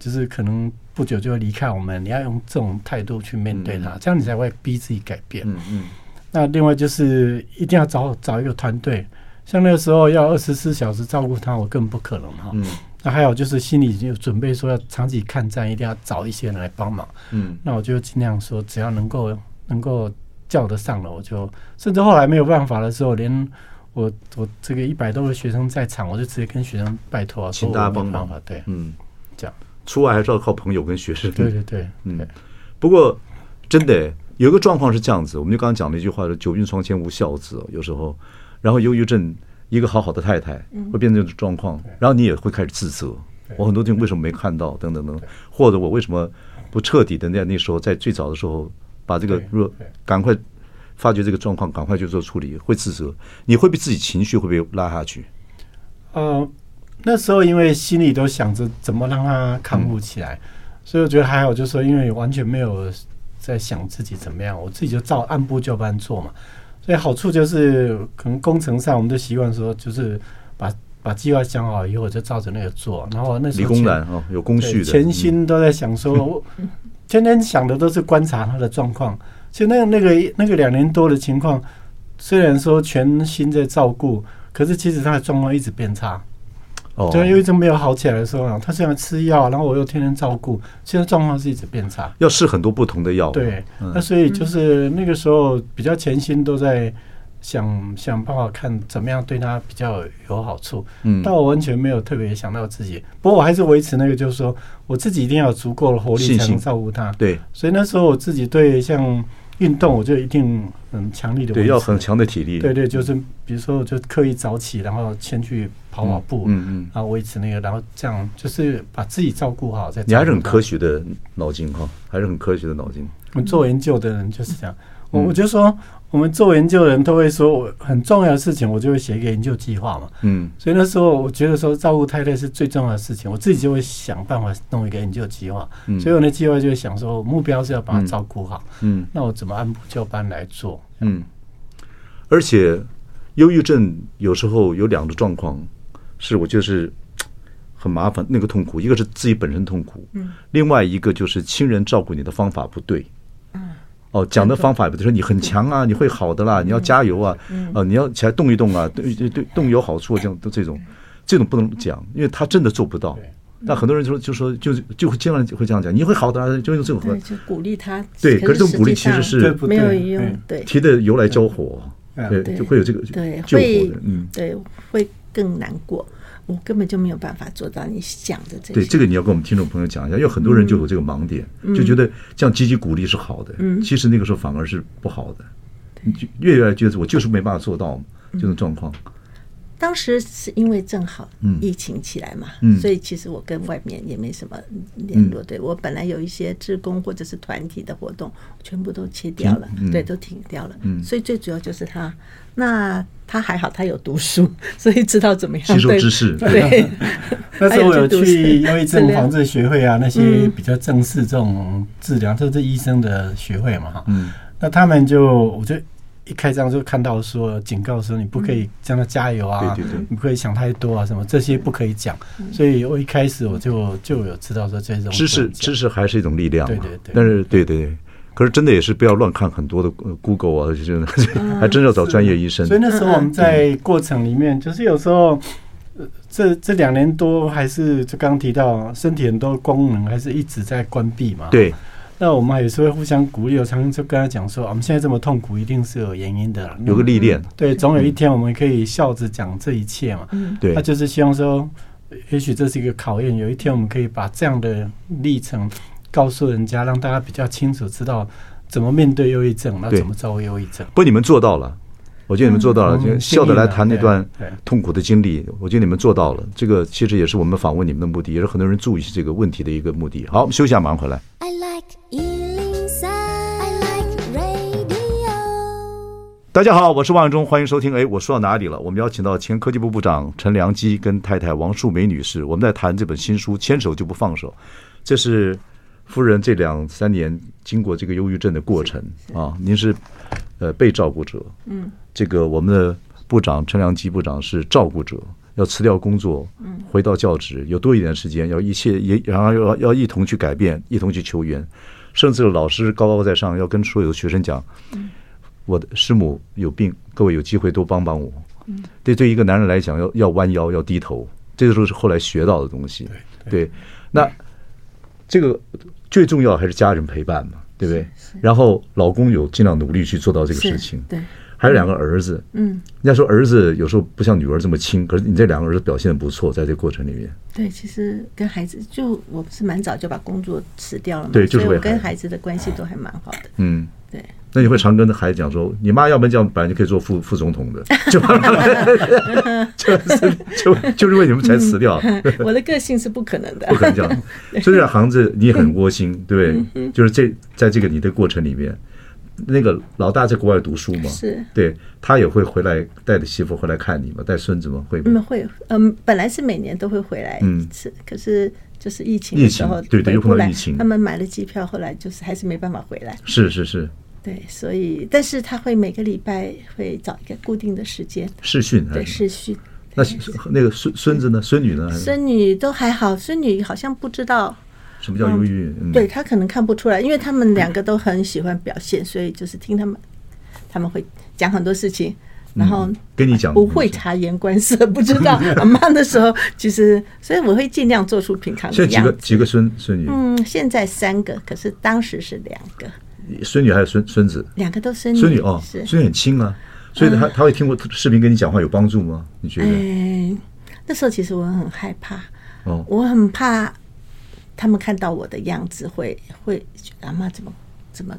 Speaker 2: 就是可能不久就会离开我们，你要用这种态度去面对他，这样你才会逼自己改变。
Speaker 1: 嗯嗯
Speaker 2: 那另外就是一定要找找一个团队，像那个时候要二十四小时照顾他，我更不可能哈。
Speaker 1: 嗯
Speaker 2: 那还有就是心里已经有准备，说要长期抗战，一定要找一些人来帮忙。
Speaker 1: 嗯
Speaker 2: 那我就尽量说，只要能够能够叫得上了，我就甚至后来没有办法的时候，连我我这个一百多个学生在场，我就直接跟学生拜托、啊，
Speaker 1: 请
Speaker 2: 说
Speaker 1: 大家
Speaker 2: 我没
Speaker 1: 帮忙
Speaker 2: 办法，对，
Speaker 1: 嗯，
Speaker 2: 这样，
Speaker 1: 出外还是要靠朋友跟学生。
Speaker 2: 对对对，
Speaker 1: 嗯，不过真的有一个状况是这样子，我们就刚刚讲了一句话，说“久病床前无孝子”，有时候，然后忧郁症，一个好好的太太
Speaker 2: 嗯
Speaker 1: 会变成这种状况，然后你也会开始自责，我很多东西为什么没看到，等等等等，或者我为什么不彻底的在那时候，在最早的时候把这个
Speaker 2: 对
Speaker 1: 若
Speaker 2: 对
Speaker 1: 赶快发觉这个状况，赶快去做处理，会自责，你会被自己情绪会被拉下去。
Speaker 2: 呃，那时候因为心里都想着怎么让他康复起来，
Speaker 1: 嗯
Speaker 2: 所以我觉得还好，就是说因为完全没有在想自己怎么样，我自己就照按部就班做嘛。所以好处就是，可能工程上我们就习惯说，就是把把计划想好以后，我就照着那个做。然后那时
Speaker 1: 理
Speaker 2: 候
Speaker 1: 工
Speaker 2: 前
Speaker 1: 男哦，有工
Speaker 2: 对
Speaker 1: 序的，嗯
Speaker 2: 全心都在想说， *laughs* 我天天想的都是观察他的状况。其实那个那个那个两年多的情况，虽然说全心在照顾，可是其实他的状况一直变差。
Speaker 1: 嗯哦，
Speaker 2: 对，因为一直没有好起来的时候啊，他虽然吃药，然后我又天天照顾，现在状况是一直变差。
Speaker 1: 要试很多不同的药。，
Speaker 2: 对，
Speaker 1: 嗯
Speaker 2: 那所以就是那个时候比较全心都在想想办法看怎么样对他比较有好处，
Speaker 1: 嗯
Speaker 2: 但我完全没有特别想到自己。不过我还是维持那个，就是说我自己一定要有足够的活力
Speaker 1: 信
Speaker 2: 才
Speaker 1: 心
Speaker 2: 能照顾他。
Speaker 1: 对
Speaker 2: 所以那时候我自己对像运动，我就一定很强力的
Speaker 1: 对，要很。强的体力。
Speaker 2: 对对，就是比如说，我就刻意早起，然后先去跑跑步，
Speaker 1: 嗯嗯，
Speaker 2: 然后维持那个，然后这样就是把自己照顾好，再
Speaker 1: 你还是很科
Speaker 2: 学。
Speaker 1: 学的脑筋哈，还是很科学的脑筋。
Speaker 2: 我们做研究的人就是这样，
Speaker 1: 嗯
Speaker 2: 我我就说，我们做研究的人都会说，我很重要的事情，我就会写一个研究计划嘛。
Speaker 1: 嗯，
Speaker 2: 所以那时候我觉得说照顾太太是最重要的事情，我自己就会想办法弄一个研究计划。
Speaker 1: 嗯
Speaker 2: 所以我的计划就会想说，目标是要把她照顾好，
Speaker 1: 嗯，
Speaker 2: 那我怎么按部就班来做？
Speaker 1: 嗯，而且忧郁症有时候有两个状况，是我觉得是很麻烦，那个痛苦，一个是自己本身痛苦，嗯，另外一个就是亲人照顾你的方法不对，哦，讲的方法也不对，说你很强啊，你会好的啦，你要加油啊，呃，你要起来动一动啊，对对对，动有好处啊，这样都这种，这种不能讲，因为他真的做不到
Speaker 2: 对。
Speaker 1: 那很多人就说就说就就会经常会这样讲，你会好的、啊，就用这种
Speaker 3: 对，就鼓励他。
Speaker 1: 对可是这种
Speaker 3: 实
Speaker 1: 鼓励
Speaker 3: 际
Speaker 1: 其实
Speaker 3: 上
Speaker 1: 是
Speaker 2: 对不
Speaker 3: 没有
Speaker 2: 对
Speaker 3: 用
Speaker 2: 嗯，
Speaker 3: 对
Speaker 1: 提的由来交火，
Speaker 2: 嗯
Speaker 1: 对，
Speaker 3: 对
Speaker 1: 就会有这个
Speaker 3: 对，
Speaker 1: 救火
Speaker 3: 会
Speaker 1: 的，嗯，
Speaker 3: 对会更难过。我根本就没有办法做到你想的这些。
Speaker 1: 对，这个你要跟我们听众朋友讲一下，因为很多人就有这个盲点，
Speaker 2: 嗯
Speaker 1: 就觉得这样积极鼓励是好的，其实那个时候反而是不好的，你就越来越觉得我就是没办法做到嘛这
Speaker 2: 嗯
Speaker 1: 种状况，
Speaker 3: 当时是因为正好
Speaker 1: 嗯
Speaker 3: 疫情起来嘛，
Speaker 1: 嗯
Speaker 3: 所以其实我跟外面也没什么联络。对我本来有一些志工或者是团体的活动，全部都切掉了，
Speaker 1: 嗯
Speaker 3: 对，都停掉了。
Speaker 1: 嗯
Speaker 3: 所以最主要就是他，那他还好，他有读书，所以知道怎么样
Speaker 1: 吸收
Speaker 3: 对
Speaker 1: 知识 *laughs*
Speaker 3: 对，
Speaker 2: 那时候我
Speaker 3: 哎
Speaker 2: 有去忧郁
Speaker 3: 还有去读书
Speaker 2: 症防治学会啊，那些
Speaker 3: 嗯
Speaker 2: 比较正式这种治疗，这是医生的学会嘛哈。
Speaker 1: 嗯
Speaker 2: 那他们就我就一开张就看到说警告说你不可以叫他加油啊，
Speaker 1: 对对对
Speaker 2: 你不可以想太多啊，什么这些不可以讲。所以我一开始我就就有知道说这种
Speaker 1: 知识
Speaker 2: 知
Speaker 1: 知识还是一种力量嘛
Speaker 2: 对对对
Speaker 1: 但是对对对，可是真的也是不要乱看很多的呃 Google
Speaker 2: *laughs*
Speaker 1: 啊，就是 *laughs* 还真要找专业医生
Speaker 2: 所，以那时候我们在过程里面，就是有时候。呃这这两年多还是就刚提到，身体很多功能还是一直在关闭嘛。
Speaker 1: 对，
Speaker 2: 那我们也是会互相鼓励，我常常就跟他讲说，啊我们现在这么痛苦，一定是有原因的啦。
Speaker 1: 有个历练，
Speaker 2: 对，总有一天我们可以笑着讲这一切嘛。
Speaker 1: 对
Speaker 2: 他，就是希望说，呃也许这是一个考验，有一天我们可以把这样的历程告诉人家，让大家比较清楚知道怎么面对忧郁症，那
Speaker 1: 对
Speaker 2: 怎么照顾忧郁症。
Speaker 1: 不过你们做到了，我觉得你们做到了，
Speaker 2: 嗯
Speaker 1: 就
Speaker 2: 嗯
Speaker 1: 笑着来谈那段
Speaker 2: 尽力了对对
Speaker 1: 痛苦的经历，我觉得你们做到了。这个其实也是我们访问你们的目的，也是很多人注意这个问题的一个目的。好，我们休息一下，马上回来。
Speaker 4: I like Ealing Sound. I like radio.
Speaker 1: 大家好，我是王永忠，欢迎收听。哎，我说到哪里了？我们邀请到前科技部部长陈良基跟太太王树梅女士，我们在谈这本新书《牵手就不放手》，这是夫人这两三年经过这个忧郁症的过程啊。您是呃被照顾者，嗯，这个我们的部长陈良基部长是照顾者，要辞掉工作，嗯，回到教职，有多一点时间，要一切也然后要要一同去改变，一同去求援，甚至老师高高在上，要跟所有的学生讲。我的师母有病，各位有机会多帮帮我。对，对一个男人来讲，要要弯腰，要低头，这个都是后来学到的东西。对，那这个最重要还是家人陪伴嘛，对不对？然后老公有尽量努力去做到这个事情
Speaker 3: 是，对，
Speaker 1: 还有两个儿子，
Speaker 3: 嗯，
Speaker 1: 人家说儿子有时候不像女儿这么亲，可是你这两个儿子表现的不错，在这个过程里面，
Speaker 3: 对，其实跟孩子就我不是蛮早就把工作辞掉了嘛，
Speaker 1: 对就是
Speaker 3: 所以
Speaker 1: 为
Speaker 3: 我
Speaker 1: 孩
Speaker 3: 跟
Speaker 1: 子
Speaker 3: 孩子的关系都还蛮好的，
Speaker 1: 嗯。
Speaker 3: 对。
Speaker 1: 那你会常跟孩子讲说，你妈要不然这样，本来就可以做副副总统的， *laughs* 就 *laughs* 就是就就是为你们才辞
Speaker 3: *laughs*
Speaker 1: 掉。
Speaker 3: 我的个性是不可能的
Speaker 1: *laughs* 不，可能这样。
Speaker 3: 嗯
Speaker 1: 所以这行子你也很窝心，对不对？就是这在这个你的过程里面，那个老大在国外读书嘛，
Speaker 3: 是
Speaker 1: 对他也会回来带着媳妇回来看你嘛，带孙子嘛，会吗？
Speaker 3: 嗯，会，嗯，本来是每年都会回来一
Speaker 1: 嗯
Speaker 3: 次，可是就是疫情
Speaker 1: 疫
Speaker 3: 的时
Speaker 1: 情
Speaker 3: 候，
Speaker 1: 对对又碰到
Speaker 3: 回不来
Speaker 1: 疫情
Speaker 3: 他们买了机票，后来就是还是没办法回来，
Speaker 1: 是是是，
Speaker 3: 对，所以但是他会每个礼拜会找一个固定的时间，
Speaker 1: 视讯还
Speaker 3: 对，
Speaker 1: 是？
Speaker 3: 试训。
Speaker 1: 那
Speaker 3: 对
Speaker 1: 那个孙孙子呢？孙女呢？还是
Speaker 3: 孙女都还好，孙女好像不知道，
Speaker 1: 什么叫忧郁？嗯
Speaker 3: 对，她可能看不出来，因为他们两个都很喜欢表现，所以就是听他们，他们会讲很多事情，然后
Speaker 1: 嗯跟你讲
Speaker 3: 不会察言观色，不知
Speaker 1: *laughs*
Speaker 3: 道阿妈的时候，其实所以我会尽量做出平常的
Speaker 1: 现在几
Speaker 3: 样
Speaker 1: 个
Speaker 3: 子。
Speaker 1: 几个孙孙女，
Speaker 3: 嗯，现在三个，可是当时是两个，
Speaker 1: 孙女还有孙孙子，
Speaker 3: 两个都孙女，
Speaker 1: 孙女哦，
Speaker 3: 嗯是，嗯
Speaker 1: 孙女很亲啊，所以她她会听过视频跟你讲话有帮助吗？你觉得？
Speaker 3: 哎，那时候其实我很害怕，
Speaker 1: 哦，
Speaker 3: 我很怕他们看到我的样子会会觉得阿妈怎么怎么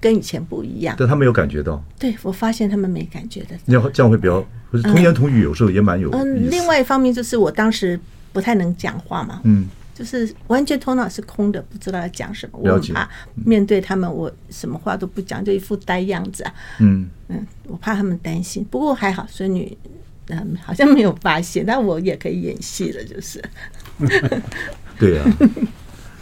Speaker 3: 跟以前不一样。
Speaker 1: 但她没有感觉到，
Speaker 3: 对我发现他们没感觉的。
Speaker 1: 这样这样会比较，不是童言童语，有时候也蛮有意
Speaker 3: 嗯，
Speaker 1: 思
Speaker 3: 另外一方面就是我当时不太能讲话嘛，
Speaker 1: 嗯，
Speaker 3: 就是完全头脑是空的，不知道要讲什么。我
Speaker 1: 了
Speaker 3: 很
Speaker 1: 解嗯
Speaker 3: 怕面对他们，我什么话都不讲，就一副呆样子啊。
Speaker 1: 嗯，
Speaker 3: 嗯，我怕他们担心。不过还好，孙女。嗯，好像没有发现， *laughs* 但我也可以演戏了，就是。
Speaker 1: 对呀、 *laughs*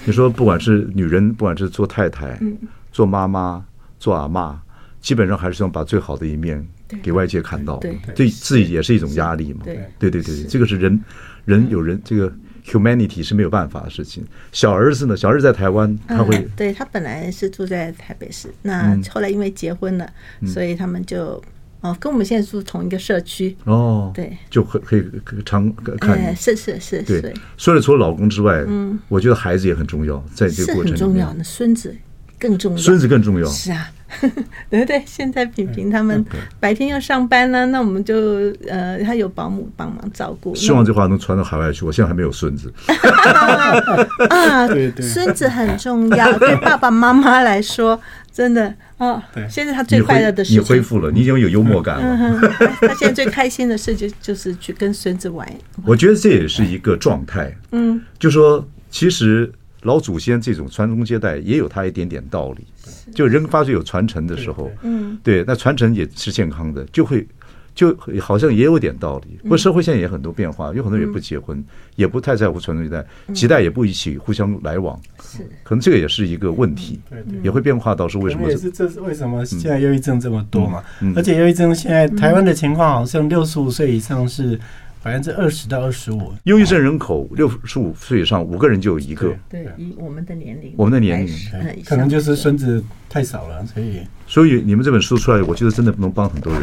Speaker 1: 你说不管是女人，不管是做太太、
Speaker 3: 嗯
Speaker 1: 做妈妈、做阿妈，基本上还是想把最好的一面
Speaker 3: 对
Speaker 1: 给外界看到，
Speaker 3: 对
Speaker 1: 对自己也是一种压力嘛。
Speaker 3: 对
Speaker 1: 对对对，这个是人人有人这个 humanity 是没有办法的事情。小儿子呢，小儿子在台湾，他会、嗯
Speaker 3: 嗯、对他本来是住在台北市，那后来因为结婚了，所以他们就哦跟我们现在住同一个社区，
Speaker 1: 哦，
Speaker 3: 对
Speaker 1: 就可可以可常看
Speaker 3: 哎，
Speaker 1: 你。
Speaker 3: 是是是
Speaker 1: 对
Speaker 3: 是，，嗯
Speaker 1: 所以除了老公之外，我觉得孩子也很重要，在这
Speaker 3: 是
Speaker 1: 个过程
Speaker 3: 很
Speaker 1: 里
Speaker 3: 重要
Speaker 1: 面，
Speaker 3: 的，孙子更重要，
Speaker 1: 孙子更嗯重要。
Speaker 3: *laughs* 是啊，对不对？现在平平他们白天要上班呢、那我们就呃他有保姆帮忙照顾，
Speaker 1: 希望这话能传到海外去。我现在还没有孙子，
Speaker 3: 啊
Speaker 2: 对，对
Speaker 3: 孙
Speaker 1: *laughs*
Speaker 3: 子很重要，对爸爸妈妈来说，真的哦
Speaker 2: 对，
Speaker 3: 现在他最
Speaker 1: 你
Speaker 3: 快乐的
Speaker 1: 恢
Speaker 3: 事
Speaker 1: 你
Speaker 3: 情
Speaker 1: 恢复了，你已经有幽默感了。
Speaker 3: 嗯， *laughs* 他现在最开心的事就就是去跟孙子玩。
Speaker 1: 我觉得这也是一个状态。
Speaker 3: 嗯，
Speaker 1: 就说其实老祖先这种传宗接代也有它一点点道理。就人发觉有传承的时候，
Speaker 3: 嗯，
Speaker 1: 对，那传承也是健康的，就会就好像也有点道理。
Speaker 3: 嗯
Speaker 1: 不过社会现在也很多变化，有很多人也不结婚，也不太在乎传宗接代，
Speaker 3: 嗯
Speaker 1: 几代也不一起互相来往，
Speaker 3: 是
Speaker 1: 可能这个也是一个问题
Speaker 2: 对
Speaker 3: 嗯
Speaker 2: 对，
Speaker 1: 也会变化到是为什
Speaker 2: 我
Speaker 1: 么
Speaker 2: 们也是这是为什么现在忧郁症这么多嘛？
Speaker 1: 嗯嗯
Speaker 2: 而且忧郁症现在台湾的情况好像六十五岁以上是百分之二十到二十五，
Speaker 1: 忧郁症人口六十五岁以上五个人就有一个
Speaker 2: 对。
Speaker 3: 对，以我们的年龄来，
Speaker 1: 我们的年龄
Speaker 2: 对
Speaker 3: 嗯
Speaker 2: 可能就是孙子太少了，所以
Speaker 1: 所以你们这本书出来，我觉得真的能帮很多人，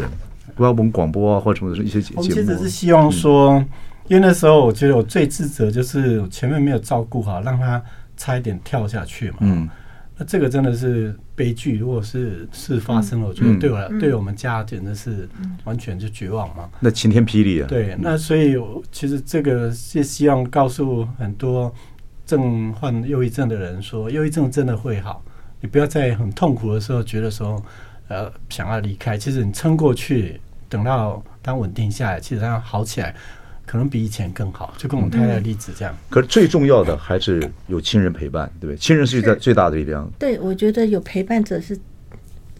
Speaker 1: 包括我们广播啊，或者什么的一些节
Speaker 2: 我们
Speaker 1: 节
Speaker 2: 其
Speaker 1: 目
Speaker 2: 实是希
Speaker 1: 嗯
Speaker 2: 望说，因为那时候我觉得我最自责就是我前面没有照顾好，让他差一点跳下去嘛。
Speaker 1: 嗯，
Speaker 2: 那这个真的是悲剧，如果是是发生了，我觉得对我来对我们家简直是完全就绝望嘛。
Speaker 1: 那晴天霹雳啊！，
Speaker 2: 对，那所以我其实这个是希望告诉很多正患忧郁症的人说，忧郁症真的会好，你不要在很痛苦的时候觉得说，呃，想要离开，其实你撑过去，等到当稳定下来，其实它好起来，可能比以前更好。就跟我太太的例子这样，
Speaker 1: 可是最重要的还是有亲人陪伴，对不对？亲人是最大最大的力量。
Speaker 3: 对，我觉得有陪伴者是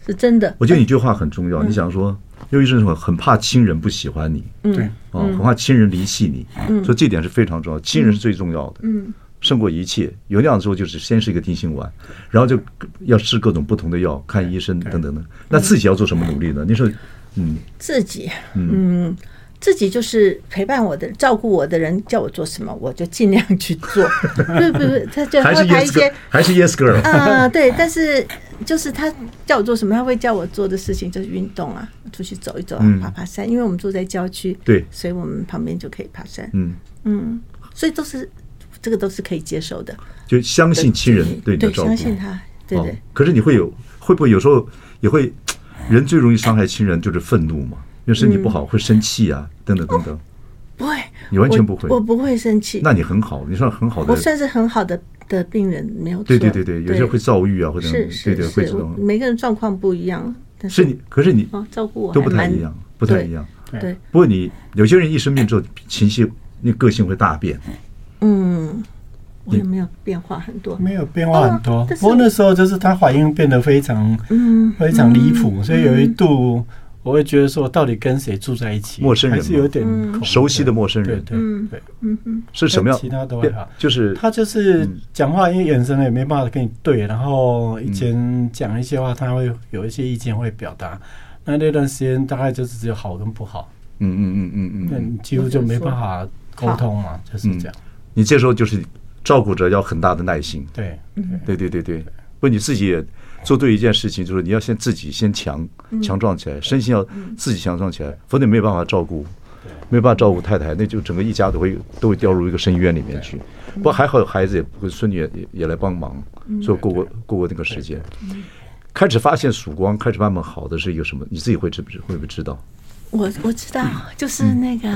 Speaker 3: 是真的。
Speaker 1: 我觉得你这句话很重要，你想说忧郁症是很很怕亲人不喜欢你，
Speaker 3: 嗯
Speaker 2: 对，
Speaker 1: 哦，很怕亲人离弃你，所以这点是非常重要，亲人是最重要的，
Speaker 3: 嗯，
Speaker 1: 胜过一切。有那样的时候，就是先是一个定心丸，然后就要吃各种不同的药，看医生等等的。那自己要做什么努力呢？你说，嗯，
Speaker 3: 自己，嗯，自己就是陪伴我的、照顾我的人叫我做什么，我就尽量去
Speaker 1: *laughs*
Speaker 3: 做。对不对？他就
Speaker 1: 还
Speaker 3: 他
Speaker 1: 是
Speaker 3: 会把一
Speaker 1: yes
Speaker 3: 些
Speaker 1: girl，还是 yes girl，
Speaker 3: 啊，对，但是就是他叫我做什么，他会叫我做的事情就是运动啊，出去走一走啊
Speaker 1: 嗯，
Speaker 3: 爬爬山，因为我们住在郊区，
Speaker 1: 对
Speaker 3: 所以我们旁边就可以爬山，
Speaker 1: 嗯。
Speaker 3: 嗯，所以都是这个都是可以接受的，
Speaker 1: 就相信亲人对你的
Speaker 3: 对，
Speaker 1: 照顾，
Speaker 3: 相信他，对
Speaker 1: 哦
Speaker 3: 对。
Speaker 1: 可是你会有会不会有时候也会，人最容易伤害亲人就是愤怒嘛，因为身体不
Speaker 3: 嗯
Speaker 1: 好会生气啊，等等等
Speaker 3: 哦
Speaker 1: 等。
Speaker 3: 不会，
Speaker 1: 你完全
Speaker 3: 我
Speaker 1: 不会
Speaker 3: 我不会生气。
Speaker 1: 那你很好，你算很好的
Speaker 3: 我，算是很好的的病人，没有错。
Speaker 1: 对对对对，有些会躁郁啊，或者
Speaker 3: 是
Speaker 1: 对
Speaker 3: 是
Speaker 1: 对
Speaker 3: 是，
Speaker 1: 会这
Speaker 3: 我
Speaker 1: 种，
Speaker 3: 每个人状况不一样，但
Speaker 1: 是你可是你
Speaker 3: 哦，照顾我
Speaker 1: 都
Speaker 3: 还
Speaker 1: 不太
Speaker 3: 蛮
Speaker 1: 一样，不太一样。
Speaker 2: 对
Speaker 3: 对，
Speaker 1: 不
Speaker 3: 哦
Speaker 1: 过你有些人一生病之后情绪那个性会大变，
Speaker 3: 嗯，我有没有变化很多？
Speaker 2: 没有变化很多
Speaker 3: 哦但。是
Speaker 2: 不过那时候就是她怀孕变得非常
Speaker 3: 嗯，
Speaker 2: 非常离谱，所以有一度我会觉得说，到底跟谁住在一起？
Speaker 1: 陌生人
Speaker 2: 还是有点
Speaker 3: 嗯
Speaker 2: 恐怖
Speaker 1: 熟悉的陌生人
Speaker 2: 对对对，
Speaker 3: 嗯哼，
Speaker 1: 是什么样？
Speaker 2: 其他都还
Speaker 1: 变
Speaker 2: 好
Speaker 1: 就是
Speaker 2: 他就是讲话，因为眼神也没办法跟你对，然后以前讲一些话，他会有一些意见会表达。那那段时间大概就是只有好跟不好，
Speaker 1: 嗯嗯嗯嗯
Speaker 2: 那
Speaker 1: 嗯，
Speaker 2: 你几乎就没办法沟通嘛，就是这样。
Speaker 1: 你这时候就是照顾者要很大的耐心。
Speaker 2: 对，
Speaker 1: 对对对对，不，你自己也做对一件事情，就是你要先自己先强强壮起来，身心要自己强壮起来，否则你没有办法照顾，没有办法照顾太太，那就整个一家都会都会掉入一个深渊里面去。不过还好有孩子也和孙女也也也来帮忙，所以过过过过那个时间。开始发现曙光，开始慢慢好的是一个什么？你自己会知不知会不会知道？
Speaker 3: 我我知道，
Speaker 1: 嗯
Speaker 3: 就是那个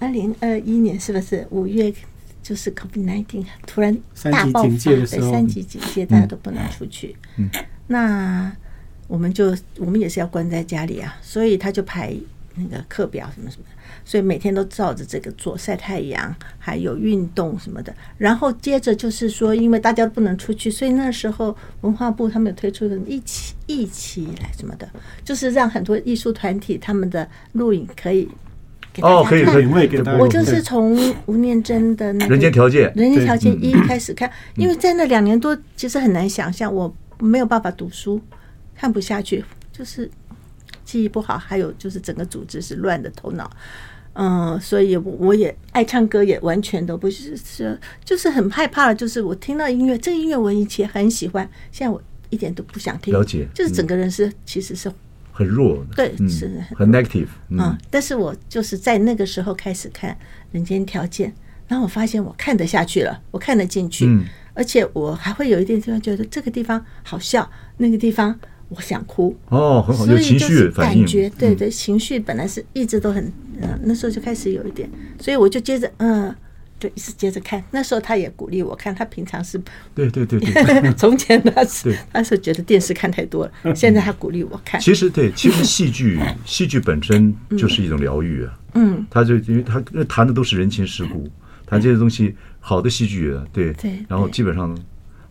Speaker 3: 二零二一年是不是五月？就是 COVID nineteen 突然
Speaker 2: 三级
Speaker 3: 大爆发，
Speaker 2: 警戒的
Speaker 3: 对，
Speaker 2: 时候
Speaker 3: 三级警戒，大家都不能出去。嗯，那我们就我们也是要关在家里啊，所以他就排那个课表什么什么的，所以每天都照着这个做，晒太阳，还有运动什么的。然后接着就是说，因为大家都不能出去，所以那时候文化部他们有推出的一起一起来什么的，就是让很多艺术团体他们的录影可以给大家
Speaker 1: 哦，可以
Speaker 3: 看
Speaker 1: 可以，
Speaker 2: 我也给大家
Speaker 3: 我就是从吴念真的那个《
Speaker 1: 哦人间条件
Speaker 3: 人间条件
Speaker 1: 嗯
Speaker 3: 一开始看，因为在那两年多，其实很难想象，我没有办法读书，看不下去，就是记忆不好，还有就是整个组织是乱的，头脑。嗯，所以我我也爱唱歌，也完全都不是是，就是很害怕的，就是我听到音乐，这个音乐我以前很喜欢，现在我一点都不想听，
Speaker 1: 了解嗯
Speaker 3: 就是整个人是、其实是
Speaker 1: 很弱，
Speaker 3: 对
Speaker 1: 嗯
Speaker 3: 是的
Speaker 1: 很 negative，
Speaker 3: 嗯
Speaker 1: 嗯，，
Speaker 3: 但是我就是在那个时候开始看《人间条件》，然后我发现我看得下去了，我看得进去，
Speaker 1: 嗯
Speaker 3: 而且我还会有一点地方觉得这个地方好笑，那个地方我想哭，
Speaker 1: 哦，很好，
Speaker 3: 所
Speaker 1: 有
Speaker 3: 以
Speaker 1: 情
Speaker 3: 就是
Speaker 1: 绪反应，
Speaker 3: 感觉对
Speaker 1: 嗯
Speaker 3: 对，情绪本来是一直都很，嗯、那时候就开始有一点，所以我就接着嗯。就一直接着看，那时候他也鼓励我看，他平常是 *laughs*
Speaker 1: 对对对对。
Speaker 3: 从前他是
Speaker 1: 对
Speaker 3: 他是觉得电视看太多了，现在他鼓励我看。
Speaker 1: 其实对，其实戏
Speaker 3: *laughs*
Speaker 1: 剧戏剧本身就是一种疗愈啊。嗯，他就因为他谈的都是人情世故，谈这些东西，好的戏剧啊，对，
Speaker 3: 嗯对
Speaker 1: 然后基本上。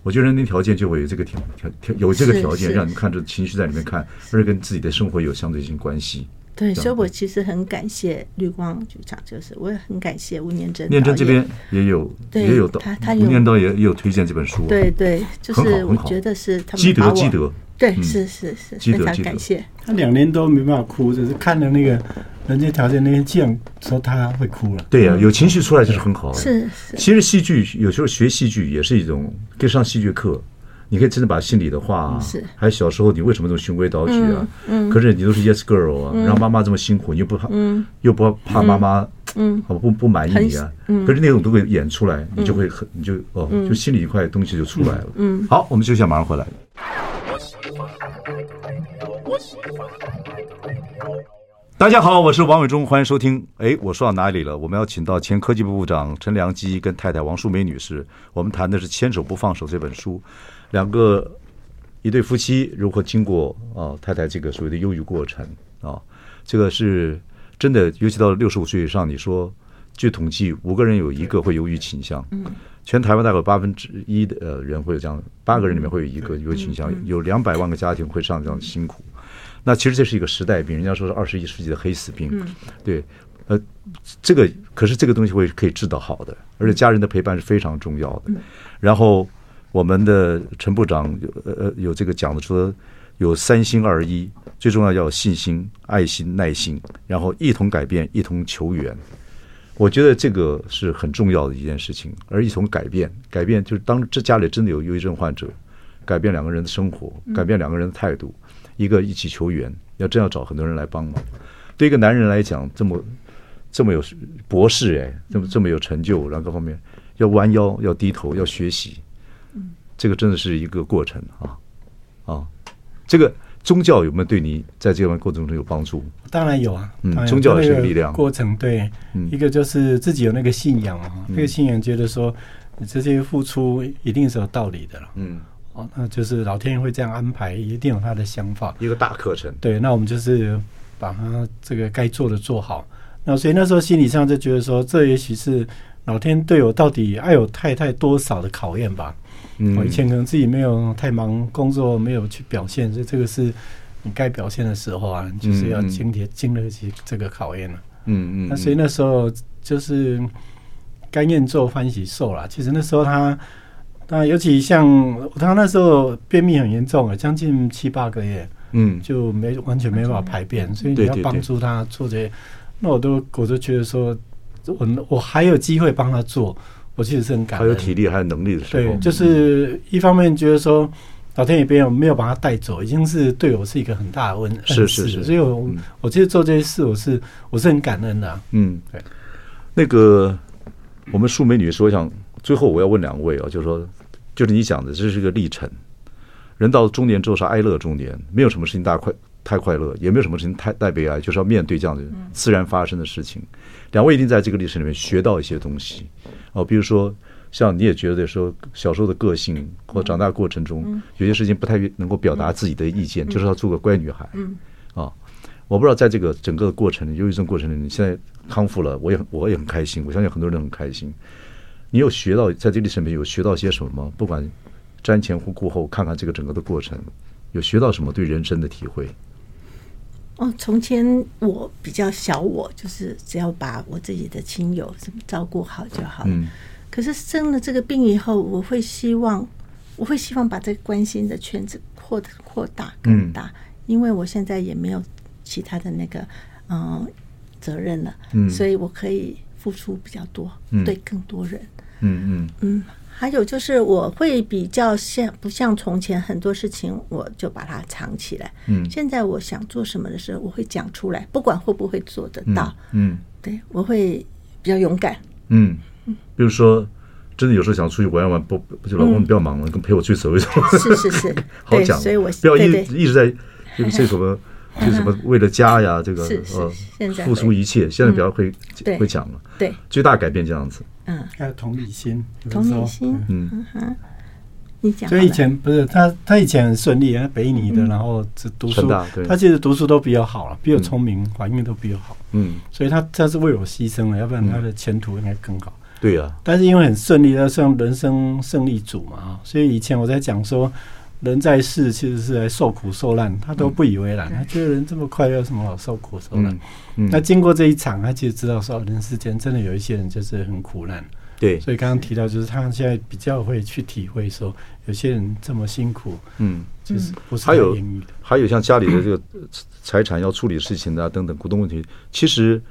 Speaker 1: 我觉得那条件就会有这个条条条有这个
Speaker 3: 是
Speaker 1: 条件，
Speaker 3: 是
Speaker 1: 让你看着情绪在里面看，而且跟自己的生活有相对性关系。
Speaker 3: 对，
Speaker 1: 这样
Speaker 3: 所以我其实很感谢绿光剧场，就是我也很感谢吴念真。
Speaker 1: 念真这边，也有
Speaker 3: 对
Speaker 1: 也有导
Speaker 3: 他他，有
Speaker 1: 吴念导也也有推荐这本书啊。
Speaker 3: 对对，就
Speaker 1: 很好
Speaker 3: 是我
Speaker 1: 很好
Speaker 3: 觉得是他们
Speaker 1: 积
Speaker 3: 把
Speaker 1: 德
Speaker 3: 我
Speaker 1: 积德，嗯
Speaker 3: 对，是是是，
Speaker 1: 积德
Speaker 3: 非常
Speaker 1: 积德
Speaker 3: 感谢。
Speaker 2: 他两年都没办法哭，只是看了那个《人间条件》那天，既然说他会哭了。
Speaker 1: 对呀、有情绪出来嗯就是很好。啊
Speaker 3: 是是
Speaker 1: 其实戏剧有时候学戏剧也是一种，可以上戏剧课，你可以真的把心里的话、啊，
Speaker 3: 是
Speaker 1: 还有小时候你为什么这么循规蹈矩啊？嗯，可是你都是 yes girl 啊，让妈妈这么辛苦，你又不怕，嗯，又不怕妈妈，嗯，不不满意你啊，嗯，可是那种都会演出来，你就会很，你就哦，就心里一块东西就出来了。嗯，好，我们休息一下，马上回来。大家好，我是王伟忠，欢迎收听。哎，我说到哪里了？我们要请到前科技部部长陈良基跟太太王淑梅女士，我们谈的是《牵手不放手》这本书，两个一对夫妻如何经过啊太太这个所谓的忧郁过程啊，这个是真的，尤其到六十五岁以上，你说据统计，五个人有一个会忧郁倾向，嗯，全台湾大概有八分之一的呃人会有这样，八个人里面会有一个忧郁倾向，有两百万个家庭会上这样的辛苦。那其实这是一个时代病，人家说是二十一世纪的黑死病，对，呃，这个可是这个东西会可以治得好的，而且家人的陪伴是非常重要的。然后我们的陈部长呃呃有这个讲的说有三心二意，最重要要有信心、爱心、耐心，然后一同改变，一同求援。我觉得这个是很重要的一件事情，而一同改变，改变就是当这家里真的有忧郁症患者，改变两个人的生活，改变两个人的态度，一个一起求援，要真要找很多人来帮忙。对一个男人来讲，这么这么有博士哎，这么这么有成就，然后各方面要弯腰，要低头，要学习，这个真的是一个过程啊啊！这个宗教有没有对你在这个过程中有帮助？
Speaker 2: 当然有啊，
Speaker 1: 嗯
Speaker 2: 当然有
Speaker 1: 宗教也是一个
Speaker 2: 这
Speaker 1: 力量
Speaker 2: 过程对，一个就是自己有那个信仰啊，那个信仰觉得说你这些付出一定是有道理的了，
Speaker 1: 嗯，
Speaker 2: 哦，那就是老天爷会这样安排，一定有他的想法。
Speaker 1: 一个大课程。
Speaker 2: 对，那我们就是把它这个该做的做好。那所以那时候心理上就觉得说，这也许是老天对我到底爱我太太多少的考验吧。
Speaker 1: 嗯
Speaker 2: 我哦以前可能自己没有太忙工作，没有去表现，所以这个是你该表现的时候啊，你就是要
Speaker 1: 嗯嗯
Speaker 2: 经得经得起这个考验了、
Speaker 1: 嗯嗯，
Speaker 2: 那所以那时候就是甘愿做欢喜受啦。其实那时候他，那尤其像他那时候便秘很严重啊，将近七八个月
Speaker 1: 嗯
Speaker 2: 就没完全没办法排便，所以你
Speaker 1: 对
Speaker 2: 要
Speaker 1: 对
Speaker 2: 帮
Speaker 1: 对
Speaker 2: 助他做这些。那我都我都觉得说，我我还有机会帮他做，我其实是很感
Speaker 1: 还
Speaker 2: 恩
Speaker 1: 有
Speaker 2: 的。
Speaker 1: 体力还有能力的时候
Speaker 2: 对，，就是一方面觉得说，老天爷没有没有把他带走，已经是对我是一个很大的恩恩
Speaker 1: 是
Speaker 2: 赐
Speaker 1: 是是
Speaker 2: 所以我、
Speaker 1: 嗯
Speaker 2: 我其实做这些事，我是我是很感恩的啊、
Speaker 1: 嗯
Speaker 2: 对，
Speaker 1: 那个我们淑美女说，我想最后我要问两位啊，就是说，就是你讲的，这是一个历程。人到中年之后是哀乐中年，没有什么事情大快太快乐，也没有什么事情太太悲哀，就是要面对这样的自然发生的事情。两位一定在这个历史里面学到一些东西哦，比如说像你也觉得说小时候的个性或长大过程中，有些事情不太能够表达自己的意见，就是要做个乖女孩。啊，我不知道在这个整个的过程，忧郁症过程里，你现在康复了，我也很我也很开心，我相信很多人很开心。你有学到在这个历史里面有学到些什么？不管瞻前或顾后，看看这个整个的过程，有学到什么对人生的体会？
Speaker 3: 哦，从前我比较小我，就是只要把我自己的亲友什么照顾好就好了。
Speaker 1: 嗯
Speaker 3: 可是生了这个病以后，我会希望，我会希望把这个关心的圈子扩扩大更大，
Speaker 1: 嗯
Speaker 3: 因为我现在也没有其他的那个嗯、呃责任了，
Speaker 1: 嗯
Speaker 3: 所以我可以付出比较多，
Speaker 1: 嗯
Speaker 3: 对更多人。
Speaker 1: 嗯嗯
Speaker 3: 嗯，还有就是我会比较像不像从前很多事情我就把它藏起来。
Speaker 1: 嗯
Speaker 3: 现在我想做什么的时候，我会讲出来，不管会不会做得到。
Speaker 1: 嗯
Speaker 3: 对我会比较勇
Speaker 1: *laughs*
Speaker 3: 敢。
Speaker 1: 嗯嗯，比如说。真的有时候想出去玩一玩，不不就老公你不要忙了，跟陪我去走
Speaker 3: *laughs*
Speaker 1: 一走，，
Speaker 3: 是是是
Speaker 1: *laughs* 好
Speaker 3: 对，
Speaker 1: 讲。啊
Speaker 3: 所以我
Speaker 1: 不要一
Speaker 3: 对对
Speaker 1: 一直在这个这什么这什么为了家呀，这个
Speaker 3: *laughs* 是是
Speaker 1: 呃
Speaker 3: 现在
Speaker 1: 付出
Speaker 3: 会嗯
Speaker 1: 一切，现在比较会
Speaker 3: 对
Speaker 1: 会讲了。
Speaker 3: 对，
Speaker 1: 最大改变这样子。
Speaker 3: 嗯，
Speaker 2: 还有同理心，有的
Speaker 3: 同
Speaker 2: 时候
Speaker 3: 理心，
Speaker 1: 嗯
Speaker 3: 嗯哼，你讲好
Speaker 2: 所
Speaker 3: 了。
Speaker 2: 以以前不是他，他以前很顺利，啊，北一女的，然后只读
Speaker 1: 成
Speaker 2: 书
Speaker 1: 大对，
Speaker 2: 他其实读书都比我好了，比我聪明，怀孕都比我好，
Speaker 1: 嗯，
Speaker 2: 所以他他是为我牺牲了，要不然他的前途应该更好。
Speaker 1: 对啊呀、
Speaker 2: 但是因为很顺利，他算人生胜利组嘛啊，所以以前我在讲说，人在世其实是来受苦受难，他都不以为然，他觉得人这么快乐，有什么好受苦受难
Speaker 1: 嗯？嗯
Speaker 2: 那经过这一场，他其实知道说，哦人世间真的有一些人就是很苦难，
Speaker 1: 对，
Speaker 2: 所以刚刚提到，就是他现在比较会去体会说，有些人这么辛苦，
Speaker 1: 嗯，
Speaker 2: 就是不是
Speaker 1: 还
Speaker 2: 他
Speaker 1: 有
Speaker 2: 言语的。
Speaker 1: 还有像家里的这个呃财产要处理事情啊，等等股东问题，其实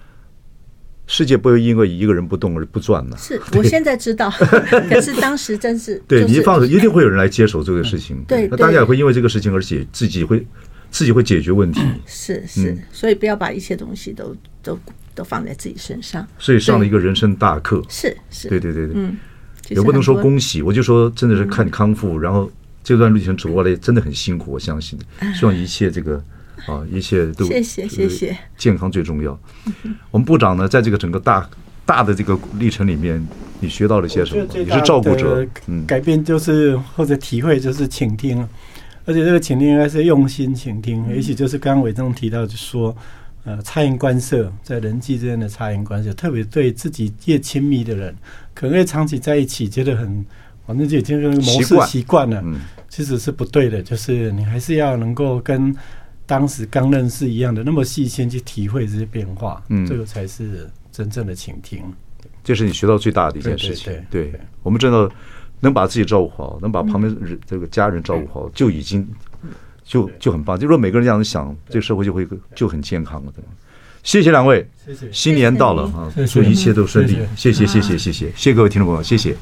Speaker 1: 世界不会因为一个人不动而不转的、
Speaker 3: 是我现在知
Speaker 1: *laughs*
Speaker 3: 道，可是当时真是
Speaker 1: 对、
Speaker 3: 就是
Speaker 1: 你一放手，一定会有人来接手这个事情。
Speaker 3: 对
Speaker 1: 那
Speaker 3: 对
Speaker 1: 大家也会因为这个事情而解自己会自己会解决问题。
Speaker 3: *laughs* 是是
Speaker 1: 嗯，
Speaker 3: 所以不要把一切东西都都都放在自己身上。
Speaker 1: 所以上了一个人生大课。
Speaker 3: 是是，
Speaker 1: 对对对对，
Speaker 3: 嗯，就是
Speaker 1: 也不能说
Speaker 3: 很多嗯
Speaker 1: 恭喜，我就说真的是看你康复，然后这段旅程走过来真的很辛苦，我相信。希望一切这个啊，一切都
Speaker 3: 嗯谢谢
Speaker 1: 呃
Speaker 3: 谢谢嗯
Speaker 1: 健康最重要。我们部长呢，在这个整个大大的这个历程里面，你学到了些什么
Speaker 2: 我？觉得
Speaker 1: 你
Speaker 2: 最大
Speaker 1: 是
Speaker 2: 的
Speaker 1: 照顾者，嗯，
Speaker 2: 改变就是或者体会就是倾听了，而且这个倾听应该是用心倾
Speaker 1: 嗯
Speaker 2: 听，也许就是刚刚伟忠提到，就说呃察言观色，在人际之间的察言观色，特别对自己越亲密的人，可能会长期在一起，觉得很反正就已经跟模
Speaker 1: 习
Speaker 2: 式
Speaker 1: 惯
Speaker 2: 习惯了，
Speaker 1: 嗯
Speaker 2: 其实是不对的，就是你还是要能够跟。当时刚认识一样的，那么细心去体会这些变化，
Speaker 1: 嗯
Speaker 2: 这个才是真正的倾听。
Speaker 1: 这是你学到最大的一件
Speaker 2: 对对
Speaker 1: 事情。
Speaker 2: 对
Speaker 1: 对
Speaker 2: 对
Speaker 1: 我们真的能把自己照顾好，能把旁边人这个家人照顾好，就已经就就很棒。就如果每个人这样想，这个社会就会就很健康了。对吧谢谢两位，
Speaker 2: 谢谢
Speaker 1: 新年到了啊，
Speaker 2: 谢谢
Speaker 1: 祝一切都顺利，
Speaker 2: 谢
Speaker 1: 谢谢谢谢谢谢谢谢各位听众朋友，谢谢。